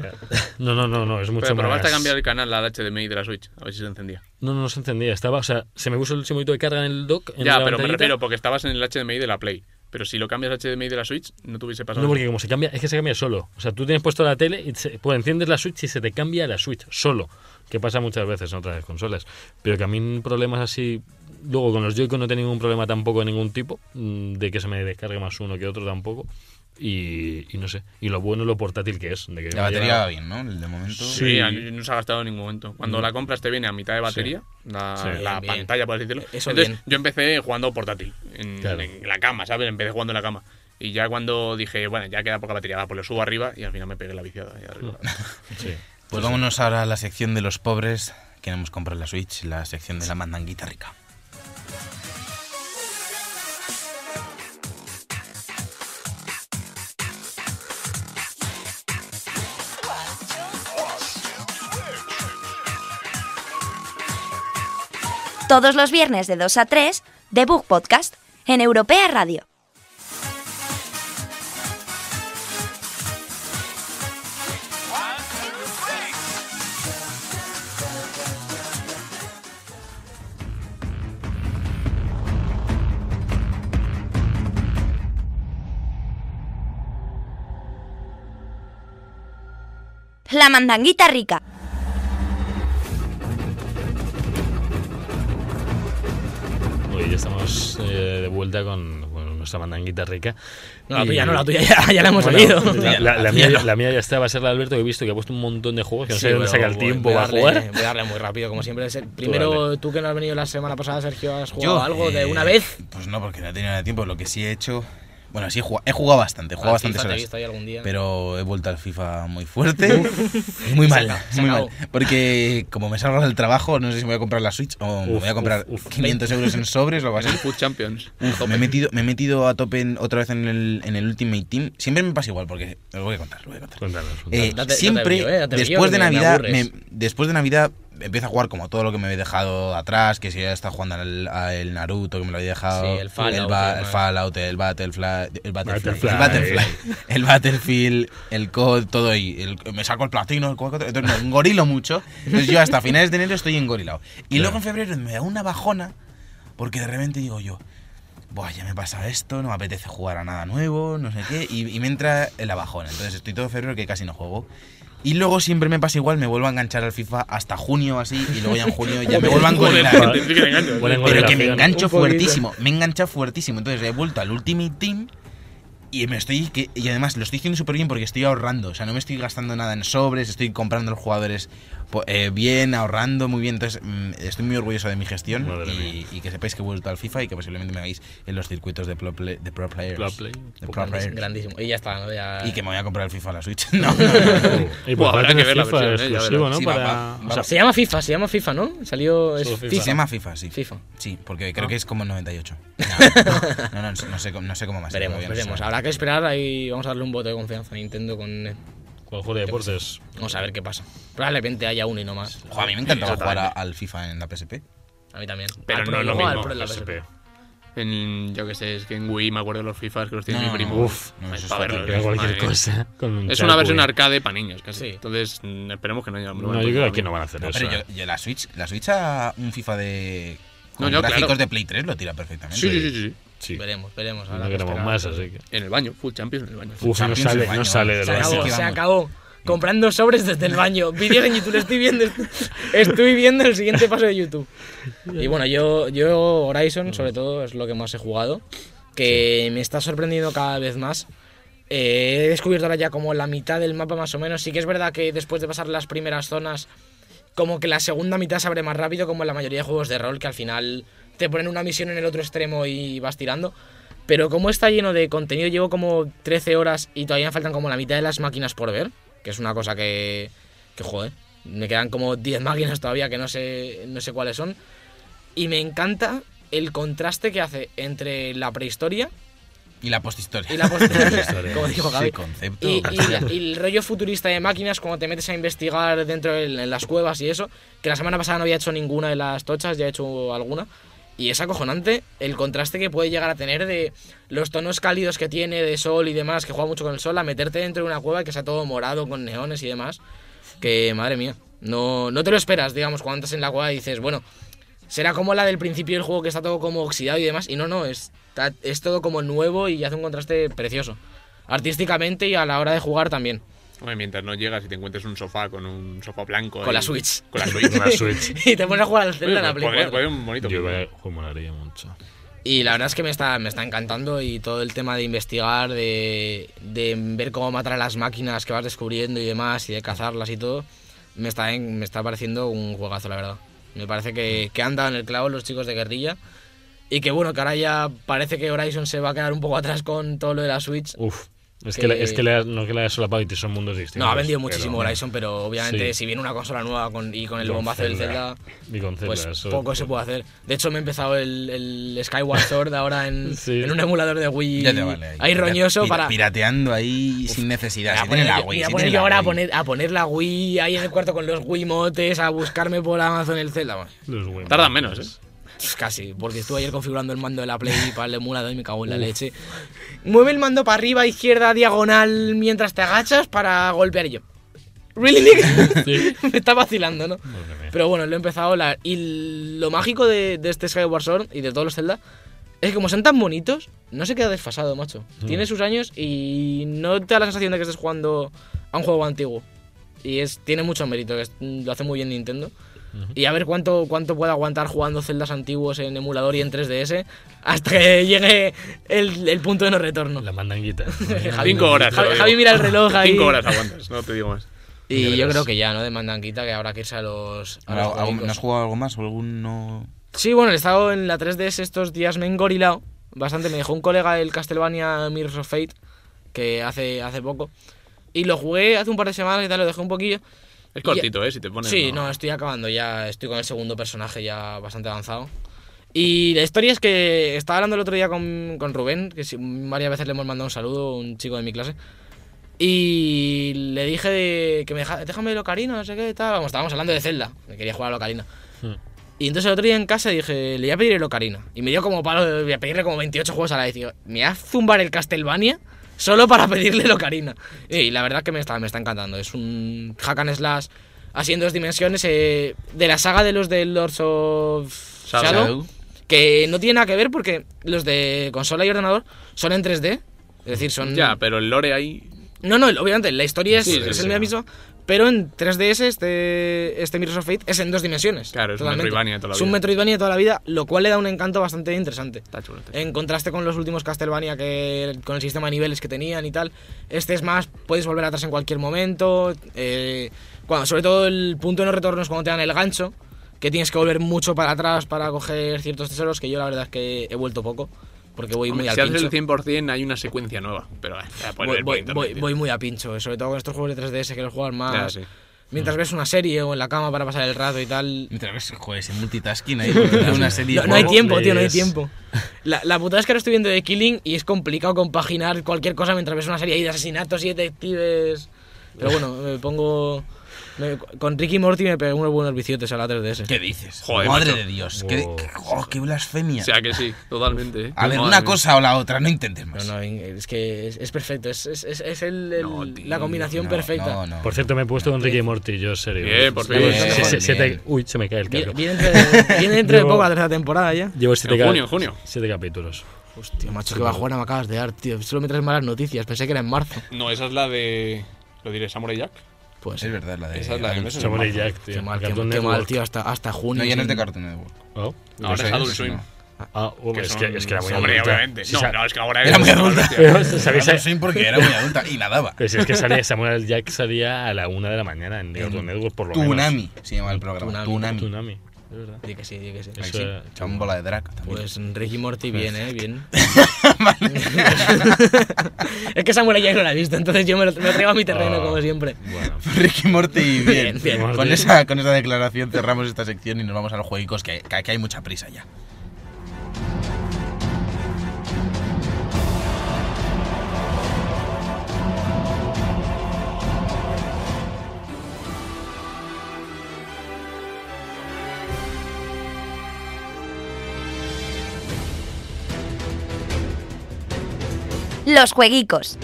A: No, no, no, no, es mucho
D: Pero
A: más.
D: probaste a cambiar el canal a la HDMI de la Switch, a ver si se encendía.
A: No, no, no se encendía. Estaba, o sea, se me puso el simbolito de carga en el dock. en la
D: ya, pero me
A: pantallita.
D: refiero porque estabas en el HDMI de la Play. Pero si lo cambias al HDMI de la Switch, no te hubiese pasado.
A: No,
D: nada.
A: porque como se cambia, es que se cambia solo. O sea, tú tienes puesto la tele y se- pues, enciendes la Switch y se te cambia la Switch solo. Que pasa muchas veces en otras consolas. Pero que a mí problemas así. Luego con los Joy-Con no tengo ningún problema tampoco de ningún tipo. mm, De que se me descargue más uno que otro tampoco. Y, y no sé. Y lo bueno es lo portátil que es. De que
B: La
A: me
B: batería
A: lleva-
B: va bien, ¿no? El de momento.
D: Sí,
A: sí. Mm.
D: a mí no se ha gastado en ningún momento. Cuando la compras te viene a mitad de batería, la,
A: Sí.
C: Bien,
D: la
C: bien.
D: pantalla, por así decirlo.
C: Eso
D: Entonces,
C: bien.
D: yo empecé jugando portátil, en,
A: Claro.
D: en la cama, ¿sabes? Empecé jugando en la cama. Y ya cuando dije, bueno, ya queda poca batería, va, pues lo subo arriba y al final me pegué la viciada. ahí arriba.
A: Sí.
B: Pues vámonos ahora a la sección de los pobres. Queremos comprar la Switch, la sección de la mandanguita rica.
E: Todos los viernes de 2 a 3, The Book Podcast, en Europea Radio. La mandanguita rica.
A: Hoy ya estamos eh, de vuelta con, con nuestra mandanguita rica.
C: No, la
A: Y-
C: tuya no, la tuya ya, ya la hemos
A: Bueno,
C: oído.
A: La, la- la mía, la mía ya está, va a ser la de Alberto, que he visto que ha puesto un montón de juegos, que no sé de dónde saca el tiempo
C: va
A: para jugar.
C: Voy a darle muy rápido, como siempre. Se- Primero, tú, que no has venido la semana pasada, Sergio, ¿has jugado
B: Yo,
C: algo de
B: eh,
C: una vez?
B: Pues no, porque no he tenido nada de tiempo. Lo que sí he hecho. Bueno, sí he jugado, he jugado bastante, he
C: Al
B: jugado
C: Ah, FIFA
B: bastantes
C: te he
B: horas.
C: visto ahí algún día.
B: Pero he vuelto al FIFA muy fuerte. muy mal,
C: acabó, se
B: muy mal.
C: acabó.
B: Porque como me salgo del trabajo, no sé si me voy a comprar la Switch o me
A: Uf,
B: voy a comprar
A: uf, uf.
B: 500 euros en sobres o algo así.
D: El Food Champions.
B: Uf, me, he metido, me he metido a tope en- otra vez en el, en el Ultimate Team. Siempre me pasa igual, porque os voy a contar, os voy a contar.
A: Cuéntanos.
B: Eh,
A: cuéntanos.
C: Date- date
B: siempre,
C: brío, eh, date brío,
B: después,
C: que
B: de
C: me- me
B: Navidad,
C: aburres.
B: me- después de Navidad, empiezo a jugar como todo lo que me he dejado atrás, que si ya está jugando al, al Naruto, que me lo había dejado,
C: Sí, el Fallout,
B: el, Ba-
C: y
B: el
C: demás.
B: Fallout, el Battlefly, el Battlefly,
A: Battlefly.
B: el Battlefly, el Battlefield, el COD, todo ahí. El- me saco el platino, el COD, entonces me engorilo mucho. Entonces yo hasta finales de enero estoy engorilado. Y
A: Claro.
B: luego en febrero me da una bajona, porque de repente digo yo, Buah, ya me pasa esto, no me apetece jugar a nada nuevo, no sé qué, y, y me entra el abajón. Entonces estoy todo febrero que casi no juego. Y luego siempre me pasa igual, me vuelvo a enganchar al FIFA hasta junio o así, y luego ya en junio ya me vuelvo a
D: Joder,
B: enganchar.
D: gente, sí que te
A: Bueno,
D: engaño.
B: Pero que me
A: relación.
B: engancho
C: Un poquito.
B: fuertísimo, me he enganchado fuertísimo. Entonces he vuelto al Ultimate Team y me estoy. que- y además lo estoy haciendo súper bien porque estoy ahorrando. O sea, no me estoy gastando nada en sobres, estoy comprando los jugadores po- eh, bien, ahorrando muy bien. Entonces mm, estoy muy orgulloso de mi gestión
A: Madre
B: y,
A: mía.
B: y que sepáis que he vuelto al FIFA y que posiblemente me hagáis en los circuitos de Pro, play- de pro Players.
A: Pro play.
B: De pro
C: Grandísimo,
B: players.
C: grandísimo. Y ya está, ¿no? Ya-
B: Y que me voy a comprar el FIFA a la Switch. No, no, no.
A: Y
D: Buah,
A: pues va a
D: habrá
A: tener
D: que ver la
A: FIFA
D: versión, eh, ya
A: exclusivo,
D: verás.
A: ¿no?
B: Sí, va,
A: Para...
B: va,
A: o sea,
C: Se llama FIFA, se llama FIFA, ¿no? Salió. es-
A: Solo FIFA.
B: Sí, se llama FIFA, sí.
C: FIFA.
B: Sí, porque creo
C: Ah.
B: que es como 98. No, no, no, no sé, cómo- no sé cómo más.
C: Veremos, veremos. Habrá que esperar ahí. Vamos a darle un voto de confianza a Nintendo con.
A: ¿Cuál juego de deportes?
C: Vamos a ver qué pasa. Probablemente haya uno y no más.
B: Ojo, a mí me encantaba jugar a-
D: Exactamente.
B: al FIFA en la PSP.
C: A mí también.
D: Pero
C: Al
D: no es lo
C: Pro- al
D: mismo,
C: Pro de la
A: PSP.
C: PSP.
D: En, yo que sé, es que en Wii me acuerdo de los FIFAs que los tiene
B: No,
D: mi
B: no,
D: primo.
B: no.
A: Uf,
B: No,
C: Pues
B: eso es
D: pa'
B: fatal.
D: verlo,
A: que era cualquier
D: madre.
A: cosa. con un
D: Es una versión
A: Sharkway.
D: arcade para niños, casi.
C: Sí.
D: Entonces, mm, esperemos que no hayamos
A: No, yo creo que no van a hacer
B: No,
A: eso.
B: pero
A: eh.
B: yo, yo la Switch, la Switch a un FIFA de con
D: No, yo,
B: gráficos
D: claro.
B: de Play 3 lo tira perfectamente.
D: Sí, sí, sí, sí.
A: Sí.
C: Veremos, veremos.
A: No
C: habrá que
A: queremos
C: esperar.
A: más, así que.
D: En el baño, Food Champions en el baño.
A: Uf, no
B: Champions
A: sale,
B: del
A: no
B: baño,
A: sale
B: vamos.
A: de
C: Se
A: lo
B: Así
C: acabó,
B: que
C: se
B: vamos.
C: acabó. Comprando sobres desde el baño. Vídeos en YouTube, estoy viendo. Estoy viendo el siguiente paso de YouTube. Y bueno, yo, yo Horizon, sobre todo, es lo que más he jugado. Que me está sorprendiendo cada vez más. Eh, he descubierto ahora ya como la mitad del mapa más o menos. Sí que es verdad que después de pasar las primeras zonas, como que la segunda mitad se abre más rápido, como en la mayoría de juegos de rol, que al final te ponen una misión en el otro extremo y vas tirando. Pero como está lleno de contenido, llevo como 13 horas y todavía me faltan como la mitad de las máquinas por ver, que es una cosa que, que joder, me quedan como 10 máquinas todavía que no sé, no sé cuáles son. Y me encanta el contraste que hace entre la prehistoria
B: Y la posthistoria.
C: y la posteridad,
B: Posthistoria.
C: como dijo Gaby.
B: Sí, concepto. Pues
C: Y, y- y el rollo futurista de máquinas, cuando te metes a investigar dentro de en las cuevas y eso, que la semana pasada no había hecho ninguna de las tochas, ya he hecho alguna. Y es acojonante el contraste que puede llegar a tener de los tonos cálidos que tiene de sol y demás, que juega mucho con el sol, a meterte dentro de una cueva que sea todo morado con neones y demás. Que madre mía, no, no te lo esperas, digamos, cuando entras en la cueva y dices, bueno, será como la del principio del juego que está todo como oxidado y demás. Y no, no, está, es todo como nuevo y hace un contraste precioso. Artísticamente y a la hora de jugar también.
D: Hombre, mientras no llegas y te encuentres un sofá con un sofá blanco.
C: Con
D: ahí-
C: la Switch.
D: Con la Switch.
A: Una Switch.
C: y te pones a jugar al
D: Oye, pues
C: Zelda en la Play 4.
D: podría- podría un bonito.
A: Yo creo que molaría mucho.
C: Y la verdad es que me está, me está encantando y todo el tema de investigar, de, de ver cómo matar a las máquinas que vas descubriendo y demás, y de cazarlas y todo, me está, en- me está pareciendo un juegazo, la verdad. Me parece que, que han dado en el clavo los chicos de guerrilla. Y que bueno, que ahora ya parece que Horizon se va a quedar un poco atrás con todo lo de la Switch.
A: Uf. Es que,
C: Que-
A: le- es que le ha- no que le haya solapado y te son mundos distintos.
C: No, ha vendido
A: pero-
C: muchísimo Horizon, pero obviamente
A: Sí.
C: si viene una consola nueva con, y con el
A: Con
C: bombazo del
A: Zelda.
C: Zelda,
A: Y con Zelda,
C: pues
A: eso-
C: poco se puede hacer. De hecho, me he empezado el, el Skyward Sword ahora en,
A: Sí.
C: en un emulador de Wii
B: Ya te vale. ahí.
C: ahí roñoso
B: Pira-
C: para...
B: Pirateando ahí sin necesidad.
C: Mira,
B: si tiene la
C: poner-
B: Wii,
C: mira,
B: si
C: poner
B: tiene
C: yo
B: la
C: ahora a
B: Wii.
C: poner, a poner la Wii ahí en el cuarto con los Wiimotes, a buscarme por Amazon el Zelda. Bueno,
A: Los Wiimotes.
D: Tardan menos, ¿eh?
C: pues casi, porque estuve ayer configurando el mando de la Play para el emulador y me cago en la leche. Mueve el mando para arriba, izquierda, diagonal, mientras te agachas para golpear y yo. ¿Really, nigga?
A: Sí.
C: me está vacilando, ¿no?
A: Madre mía.
C: Pero bueno, lo he empezado. La, y lo mágico de, de este Skyward Sword y de todos los Zelda es que como son tan bonitos, no se queda desfasado,
A: Mm.
C: macho. Tiene sus años y no te da la sensación de que estés jugando a un juego antiguo. Y es, tiene mucho mérito, es- lo hace muy bien Nintendo. Y a ver cuánto, cuánto puede aguantar jugando celdas antiguos en emulador y en 3DS hasta que llegue el, el punto de no retorno.
A: La mandanguita.
D: Cinco horas. te lo
C: Javi,
D: digo.
C: Javi mira el reloj ahí.
D: Cinco horas aguantas, no te digo más.
A: Ya
C: Y yo
A: verás.
C: creo que ya, ¿no? De mandanquita que habrá que irse a los. a
B: Ahora,
C: los
B: ¿algún- ¿No
C: juegos.
B: has jugado algo más o algún no...?
C: Sí, bueno, he estado en la 3DS estos días, me he engorilado bastante. Me dejó un colega el Castlevania Mirrors of Fate, que hace, hace poco. Y lo jugué hace un par de semanas y tal, lo dejé un poquillo.
D: Es cortito, ¿eh? Si te pones.
C: Sí, no, estoy acabando ya, estoy con el segundo personaje ya bastante avanzado. Y la historia es que estaba hablando el otro día con, con Rubén, que sí, varias veces le hemos mandado un saludo, un chico de mi clase. Y le dije de- que me deja, déjame el Ocarina, no sé qué, tal. Vamos, estábamos hablando de Zelda, me quería jugar al Ocarina.
A: Hmm.
C: Y entonces el otro día en casa dije, le voy a pedir el Ocarina. Y me dio como palo, voy a pedirle como 28 juegos a la vez. Y digo, me voy a zumbar el Castlevania solo para pedirle el Ocarina. Y la verdad que me está, me está encantando. Es un hack and slash así en dos dimensiones eh, de la saga de los de Lords of
D: Shadow.
C: Shadow. Que no tiene nada que ver porque los de consola y ordenador son en 3D. Es decir, son...
D: Ya, pero el lore ahí.
C: No, no, el- obviamente, la historia es,
D: Sí, sí,
C: es
D: sí,
C: el
D: sí.
C: mismo, pero en 3DS este, este Mirror's of Fate es en dos dimensiones.
D: Claro, es un
C: totalmente.
D: Metroidvania de toda la
C: Es un
D: vida.
C: Metroidvania de toda la vida, lo cual le da un encanto bastante interesante.
D: Está chulo. está chulo.
C: En contraste con los últimos Castlevania que con el sistema de niveles que tenían y tal, este es más, puedes volver atrás en cualquier momento. eh, cuando, sobre todo el punto de no retorno es cuando te dan el gancho, que tienes que volver mucho para atrás para coger ciertos tesoros, que yo la verdad es que he vuelto poco, porque voy muy
D: Hombre,
C: al
D: si haces
C: pincho.
D: el 100% hay una secuencia nueva, pero eh, la puedes
C: Voy,
D: ver por
C: voy-
D: internet,
C: voy-
D: tío.
C: voy muy a pincho, sobre todo con estos juegos de 3DS que los juegan más.
D: Ya, sí. Mm.
C: Mientras ves una serie o en la cama para pasar el rato y tal.
B: Mientras ves, joder, ese multitasking ahí, porque una serie...
C: No,
B: de
C: no hay
B: juego.
C: tiempo, tío, no hay
A: es-
C: tiempo. La, la putada es que ahora estoy viendo The Killing y es complicado compaginar cualquier cosa mientras ves una serie ahí de asesinatos y detectives. Pero bueno, me pongo. me- con Ricky Morty me pegué unos buenos biciotes a la 3DS.
B: ¿Qué dices?
D: Joder,
B: Madre
D: macho.
B: de Dios.
A: Wow.
B: Qué, qué- oh, qué blasfemia.
D: O sea que sí, totalmente. ¿eh?
B: a ver,
D: Madre
B: una
D: mía.
B: cosa o la otra, no intentes
C: Pero
B: más.
C: no, es que es, es perfecto, es, es- es- es el- el-
D: No, tío,
C: la combinación
B: No,
C: perfecta.
B: no, no.
A: Por cierto, me he puesto con Ricky y Morty, yo serio.
D: Bien, por fin.
A: Llevo siete-
B: Bien,
A: siete-
B: bien.
A: uy, se me cae el
C: Viene,
A: carro.
C: viene entre- viene dentro de
A: Luego-
C: poco la tercera temporada ya.
A: Llevo siete,
D: En
A: ca-
D: junio, en junio.
A: siete capítulos.
C: Hostia, macho, que va a jugar, me acabas de dar, tío. Solo me traes malas noticias, pensé que era en marzo.
D: No, esa es la de. Lo diré, Samurai Jack.
C: Pues
B: Es verdad, la de...
D: Esa es la de meses.
A: Samurai Jack, tío.
C: Qué mal, qué,
A: Cartoon
C: qué mal,
A: Network.
C: tío, hasta, hasta junio.
B: No, ya no es de
C: sin-
B: Cartoon Network.
A: Oh,
D: No, ahora
B: sé,
D: es Adult
B: sí,
D: Swim.
B: no.
A: ah, oh, es,
D: son-
A: que, es que era muy
D: Hombre,
A: adulta.
D: obviamente.
A: Sí,
D: no,
A: sa-
D: no, es que ahora
B: Era muy adulta.
A: Pero, ¿sabéis?
B: Adult Swim porque era muy adulta y nadaba.
A: Pero si pues es que salía Samuel Jack salía a la una de la mañana en Cartoon Network, por lo menos.
B: Tunami se llama el programa.
C: Toonami.
B: Tunami.
A: Tunami. Es verdad.
C: Di que sí, di que sí.
A: Eso
B: Sí,
A: era-
B: Chabón bola de draca también.
C: Pues Ricky Morty bien, ¿eh? Bien. es que Samuel ya no la he visto, entonces yo me lo, me lo traigo a mi terreno,
A: Ah.
C: como siempre.
A: Bueno.
B: Ricky Morty, bien.
C: Bien, bien.
A: Morty.
B: Con, esa, con esa declaración cerramos esta sección y nos vamos a los juegos, que, que aquí hay mucha prisa ya. Eh,
E: Los jueguicos.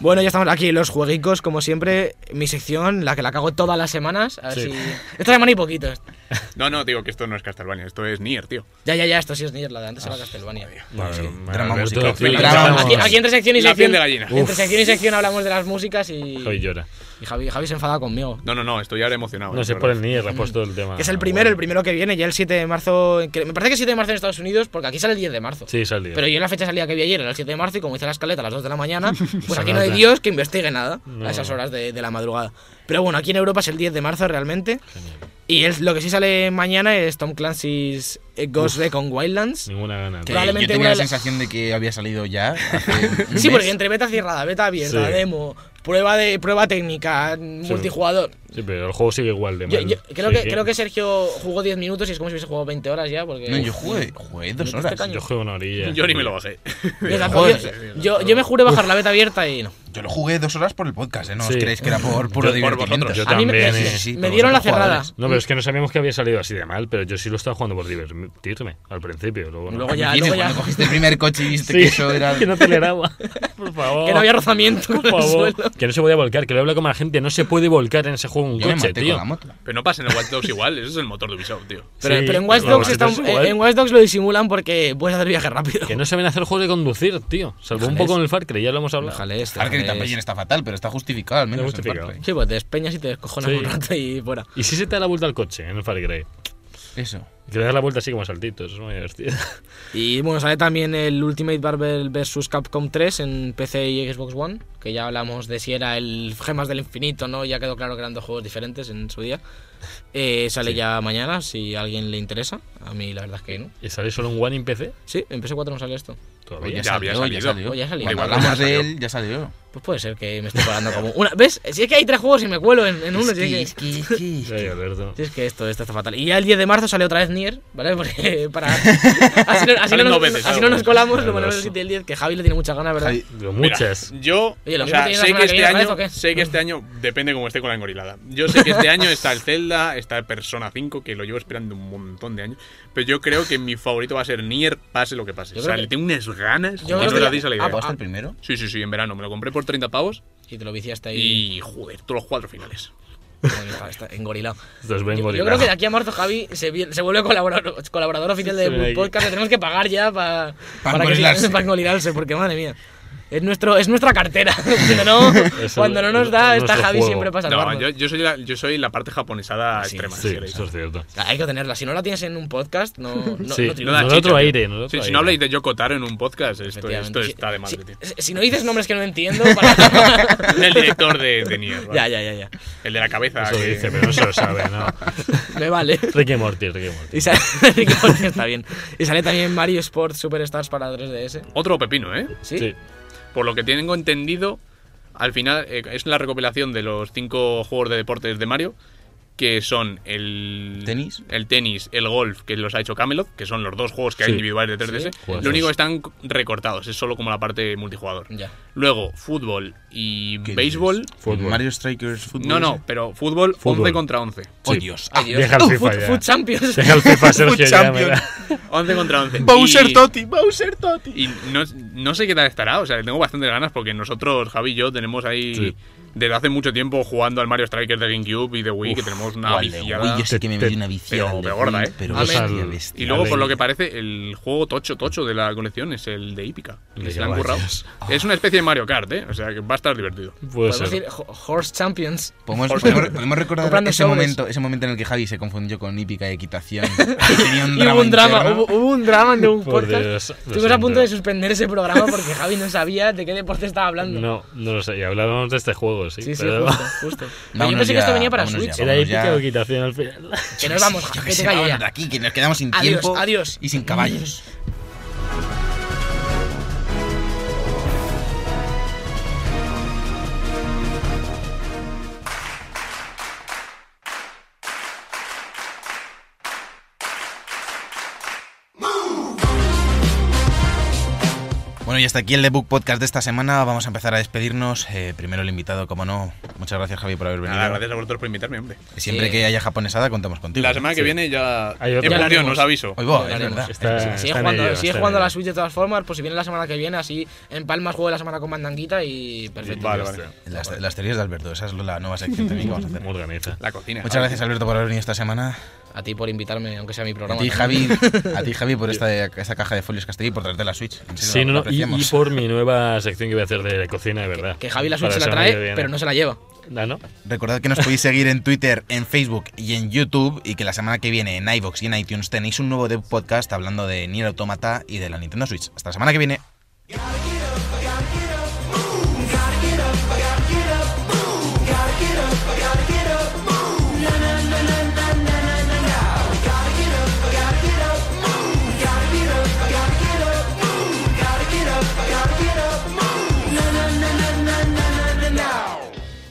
C: Bueno, ya estamos aquí, los jueguicos, como siempre. Mi sección, la que la cago todas las semanas. A ver
A: Sí.
C: si. Esta semana y poquito.
D: No, no, digo que esto no es Castlevania, esto es Nier, tío.
C: Ya, ya, ya, esto sí es Nier, la de
A: Ah.
C: antes era Castlevania.
A: Bueno,
B: Drama
A: Alberto,
B: musical.
A: tío,
B: Drama
A: empezamos-
C: Aquí, aquí entre sección y
D: La
C: sección.
D: piel de gallina.
C: Entre sección y sección hablamos de las músicas y.
A: Javi llora.
C: Y Javi, Javi se enfada conmigo.
D: No, no, no, estoy ahora emocionado.
A: No
D: es
A: sé por
D: verdad.
A: el Nier, ha puesto el tema.
C: Que es el primero, el
A: bueno.
C: primero que viene, ya el 7 de marzo. que- me parece que el 7 de marzo en Estados Unidos, porque aquí sale el 10 de marzo.
A: Sí, salió.
C: Pero yo en la fecha de salida que vi ayer era el 7 de marzo y como hice la escaleta a las 2 de la mañana, pues aquí no
A: nada.
C: hay Dios que investigue nada
A: No.
C: a esas horas de, de la madrugada. Pero bueno, aquí en Europa es el 10 de marzo realmente. Y el- lo que sí sale mañana es Tom Clancy's eh, Ghost Recon Wildlands.
A: Ninguna gana.
B: Que
A: tío.
C: Claro. Probablemente
B: yo tenía
C: una
B: la
C: de la-
B: sensación de que había salido ya. hace un
C: Sí,
B: mes.
C: porque entre beta cerrada, beta abierta,
A: Sí.
C: demo, prueba de prueba técnica, multijugador.
A: Sí, pero el juego sigue igual de
C: Yo-
A: mal.
C: yo creo,
A: Sí,
C: que, creo que Sergio jugó 10 minutos y es como si hubiese jugado 20 horas ya. Porque
B: No, yo jugué, jugué dos
C: ¿Metiste
B: horas.
C: caña?
A: Yo juego una orilla.
D: Yo ni me lo bajé.
C: Yo, tampoco-
B: Joder.
C: yo- yo- yo me juré bajar la beta abierta y no.
B: Yo lo jugué dos horas por el podcast, ¿eh? No os
A: Sí.
B: creéis que era por puro
D: Yo- por
B: divertimiento.
D: vosotros.
A: Yo
C: A mí me,
A: también,
C: me-
A: eh.
B: Sí, sí,
C: me
B: pero
C: dieron la
B: vosotros
C: cerrada.
A: No, pero es que no sabíamos que había salido así de mal, pero yo sí lo estaba jugando por divertirme al principio. Luego, no.
C: Luego ya,
B: Admitid,
C: luego ya.
B: cuando cogiste el primer coche y viste
A: Sí,
B: que eso era...
A: que no toleraba. Por favor.
C: Que no había rozamiento
A: Por
C: con el
A: favor.
C: suelo.
A: Que no se podía volcar, que lo habla con la gente. No se puede volcar en ese juego un
B: Yo me
A: coche,
B: maté
A: tío.
B: con la moto.
D: Pero no pasa en el Watch Dogs igual, eso es el motor de Ubisoft, tío.
C: Pero,
A: Sí,
C: pero en, Watch
A: pero
C: Dogs está- eh,
A: vosotros igual.
C: en, en Watch Dogs lo disimulan porque puedes hacer viaje rápido.
A: Que no saben hacer juegos de conducir, tío. Salvo un
C: Ojalá
A: poco
C: es.
A: en el Far Cry, ya lo hemos hablado.
C: Ojalá este,
B: Far Cry
C: ojalá
B: también
C: este.
B: está fatal, pero está justificado al menos. en
A: justificado.
B: Far Cry.
C: Sí, pues te despeñas y te descojonas
A: Sí.
C: un rato y fuera.
A: ¿Y si se te da la vuelta al coche en el Far Cry?
B: Eso.
A: Que le das la vuelta así como a saltitos, es muy divertido.
C: Y bueno, sale también el Ultimate Marvel vs Capcom 3 en PC y Xbox One, que ya hablamos de si era el Gemas del Infinito, ¿no? Ya quedó claro que eran dos juegos diferentes en su día. Eh, sale ya mañana, si a alguien le interesa. A mí la verdad es que no.
A: ¿Y sale solo un One en PC?
C: Sí, en PS4 no sale esto.
A: Todavía.
D: Ya había
B: salió,
D: salido.
C: Oh, ya salió.
B: Cuando
D: Igual,
B: hablamos
D: ya
B: de
D: salió.
B: él, ya salió.
C: Pues puede ser que me esté parando como una... ¿Ves? Si es que hay tres juegos y me cuelo en, en uno. si es que-
A: Ay, Alberto.
C: Sí, es que esto, esto está fatal. Y ya el 10 de marzo sale otra vez Nier, ¿vale? Porque para. Así no, así no
D: Salen
C: nos,
D: dos veces,
C: así
D: algo.
C: no nos colamos, lo
A: Claro,
C: ponemos
A: eso.
C: el 10 que Javi le tiene mucha gana, ¿verdad?
B: Javi-
A: Digo,
D: Mira,
A: Muchas.
D: yo,
C: Oye, lo
D: o
C: mismo
D: sea,
C: te digo la
D: sé que
C: semana que
D: este
C: viene otra vez,
D: año,
C: ¿o qué?
D: sé que este año depende cómo esté con la engorilada. Yo sé que este año está el Zelda, está el Persona 5, que lo llevo esperando un montón de años, pero yo creo que mi favorito va a ser Nier, pase lo que pase.
C: Yo
D: O sea,
C: creo que-
D: le tengo unas ganas,
C: Yo
D: que
C: creo
D: no
C: que
D: os
C: la-
D: hacéis a la
C: ah,
D: idea.
C: pues-
B: ¿Jugaste el primero?
D: Sí, sí, sí, en verano, me lo compré por 30 pavos
C: Y te lo viciaste ahí.
D: y joder, todos los cuatro finales.
C: Bueno, está, está engorilado.
A: Estos ven
C: Yo, yo creo
A: gorilas.
C: que de aquí a marzo Javi se, vi- se vuelve colaborador, colaborador oficial de
A: Se ve
C: Blue
A: aquí.
C: Podcast. Le tenemos que pagar ya pa- para que
B: engorilarse.
C: siga- para engorilarse, porque madre mía. Es, nuestro, es nuestra cartera. Cuando no,
A: Es
C: cuando
A: el-
C: no nos
A: el-
C: da,
A: nuestro
C: está Javi
A: juego.
C: siempre para
D: No,
C: salvarnos.
D: yo, yo soy la, yo soy la parte japonesada
C: Ah, Sí,
D: extrema. si
A: Sí,
D: queréis.
A: eso es cierto.
C: Hay que tenerla. Si no la tienes en un podcast, no, no,
A: Sí.
C: no
D: No
C: triunfa.
D: da
A: Nos da otro
D: chicha,
A: aire,
D: tío.
A: nos da otro
D: Sí,
A: aire.
D: Si no habláis de Yokotaro en un podcast, esto,
C: Efectivamente.
D: esto está de
C: Si-
D: marketing.
C: Si, si no dices nombres que no entiendo, para-
D: El director de, de Nier, ¿vale?
C: ya, ya, ya, ya.
D: el de la cabeza.
A: Eso lo
D: que-
A: dice, pero no se lo sabe, ¿no?
C: Me vale.
A: Ricky Morty, Ricky Morty.
C: Y sale, está bien. Y sale también Mario Sports Superstars para 3DS.
D: Otro pepino, ¿eh?
C: ¿Sí?
A: Sí.
D: Por lo que tengo entendido, al final eh, es la recopilación de los cinco juegos de deportes de Mario, que son el
B: ¿Tenis?
D: el tenis, el golf, que los ha hecho Camelot, que son los dos juegos que
A: Sí.
D: hay individuales de 3DS.
A: Juegazos.
D: Lo único que están recortados, es solo como la parte multijugador.
C: Ya.
D: Luego, fútbol y
B: ¿Qué
D: béisbol.
B: dices?
A: Fútbol.
B: Mario Strikers Fútbol.
D: No, no, pero fútbol,
A: Fútbol.
D: 11 contra 11.
B: Oh, Dios.
C: Ay, Dios.
A: deja el
C: Uh,
A: FIFA
C: Food-
A: ya.
C: Food Champions.
A: Deja el FIFA, Sergio, ya,
B: Champion.
A: mira.
D: 11 contra 11.
B: Bowser
D: Y-
B: Totti, Bowser Totti.
D: Y no, no sé qué tal estará, o sea, le tengo bastantes ganas porque nosotros, Javi y yo, tenemos ahí
A: Sí.
D: desde hace mucho tiempo jugando al Mario Strikers de GameCube y de Wii, que tenemos una
B: Vale, uy,
D: viciada.
B: yo sé que me
A: Te-
B: metí una viciada.
D: pero-
B: al de
D: pero gorda,
B: Wii,
D: ¿eh?
B: Pero
C: Amén.
B: bestia,
A: Y
D: Y
B: bestia.
D: luego, por
A: Vale.
D: lo que parece, el juego tocho tocho de la colección es el de Hípica.
A: Le
D: que se la han
A: llaman
D: currado.
A: ellos.
D: Es una especie de Mario Kart, ¿eh? O sea, que va a estar divertido.
A: Puede
C: Podemos
A: ser.
C: decir ho- Horse Champions.
B: ¿Podemos,
D: Por
B: podemos-
D: favor.
B: podemos recordar
C: Comprando
B: ese
C: sobres.
B: momento, ese momento en el que Javi se confundió con hípica y equitación. Y tenía un
C: Y hubo un drama,
B: interno.
C: hubo, hubo un drama en un
A: Por Dios,
C: podcast.
A: lo
C: Estuvimos a punto
A: siento.
C: de suspender ese programa porque Javi no sabía de qué deporte estaba hablando.
A: No, no lo sé. Y hablábamos de este juego, sí.
C: Sí, sí,
A: pero-
C: justo, justo. Pero yo
B: Vámonos
C: pensé que esto
B: ya,
C: venía para
B: vámonos
C: Switch.
B: ya.
A: Era
B: Vámonos
A: épica o quitación al final.
C: Que nos vamos,
B: Yo
C: que
B: qué
C: te
B: sé,
C: calles
B: vámonos
C: ya.
B: de aquí, que nos quedamos sin
C: Adiós,
B: tiempo
C: adiós.
B: y sin caballos. Bueno, y hasta aquí el The Book Podcast de esta semana. Vamos a empezar a despedirnos. Eh, primero el invitado, como no. Muchas gracias, Javi, por haber venido.
D: Nada, gracias a vosotros por invitarme, hombre.
B: Siempre
C: Sí.
B: que haya japonesada, contamos contigo.
D: La semana que
A: Sí.
D: viene ya.
A: Hay otro.
D: En
A: Ya lo
D: función,
C: haremos.
D: os aviso.
B: Hoy va,
C: Ya
B: es
C: haremos.
B: verdad.
A: Está-
C: Sí, sigue
A: Ah, está en
C: jugando,
A: ello,
C: sigue
A: está en
C: jugando a
A: ello.
C: la Switch de todas formas, pues si viene la semana que viene, así en Palmas juego la semana con mandanguita y perfecto.
D: Vale, vale.
B: Las, las teorías de Alberto, esa es la nueva sección también que vamos a hacer.
A: Muy organiza.
D: La cocina.
B: Muchas
D: Javi.
B: gracias, Alberto, por haber venido esta semana.
C: A ti por invitarme, aunque sea mi
B: A
C: programa.
B: ti,
C: ¿no?
B: Javi, a ti, Javi por esta, esta caja de folios que has tenido y por traerte la Switch. En serio,
A: Sí,
B: lo
A: no, no, y,
B: apreciamos.
A: y por mi nueva sección que voy a hacer de cocina, de verdad.
C: Que Javi la Switch
A: Para
C: se la
A: semana que
C: trae,
A: viene.
C: pero no se la lleva.
A: Ah, ¿no?
B: Recordad que nos podéis seguir en Twitter, en Facebook y en YouTube y que la semana que viene en iVoox y en iTunes tenéis un nuevo Dev podcast hablando de Nier Automata y de la Nintendo Switch. Hasta la semana que viene.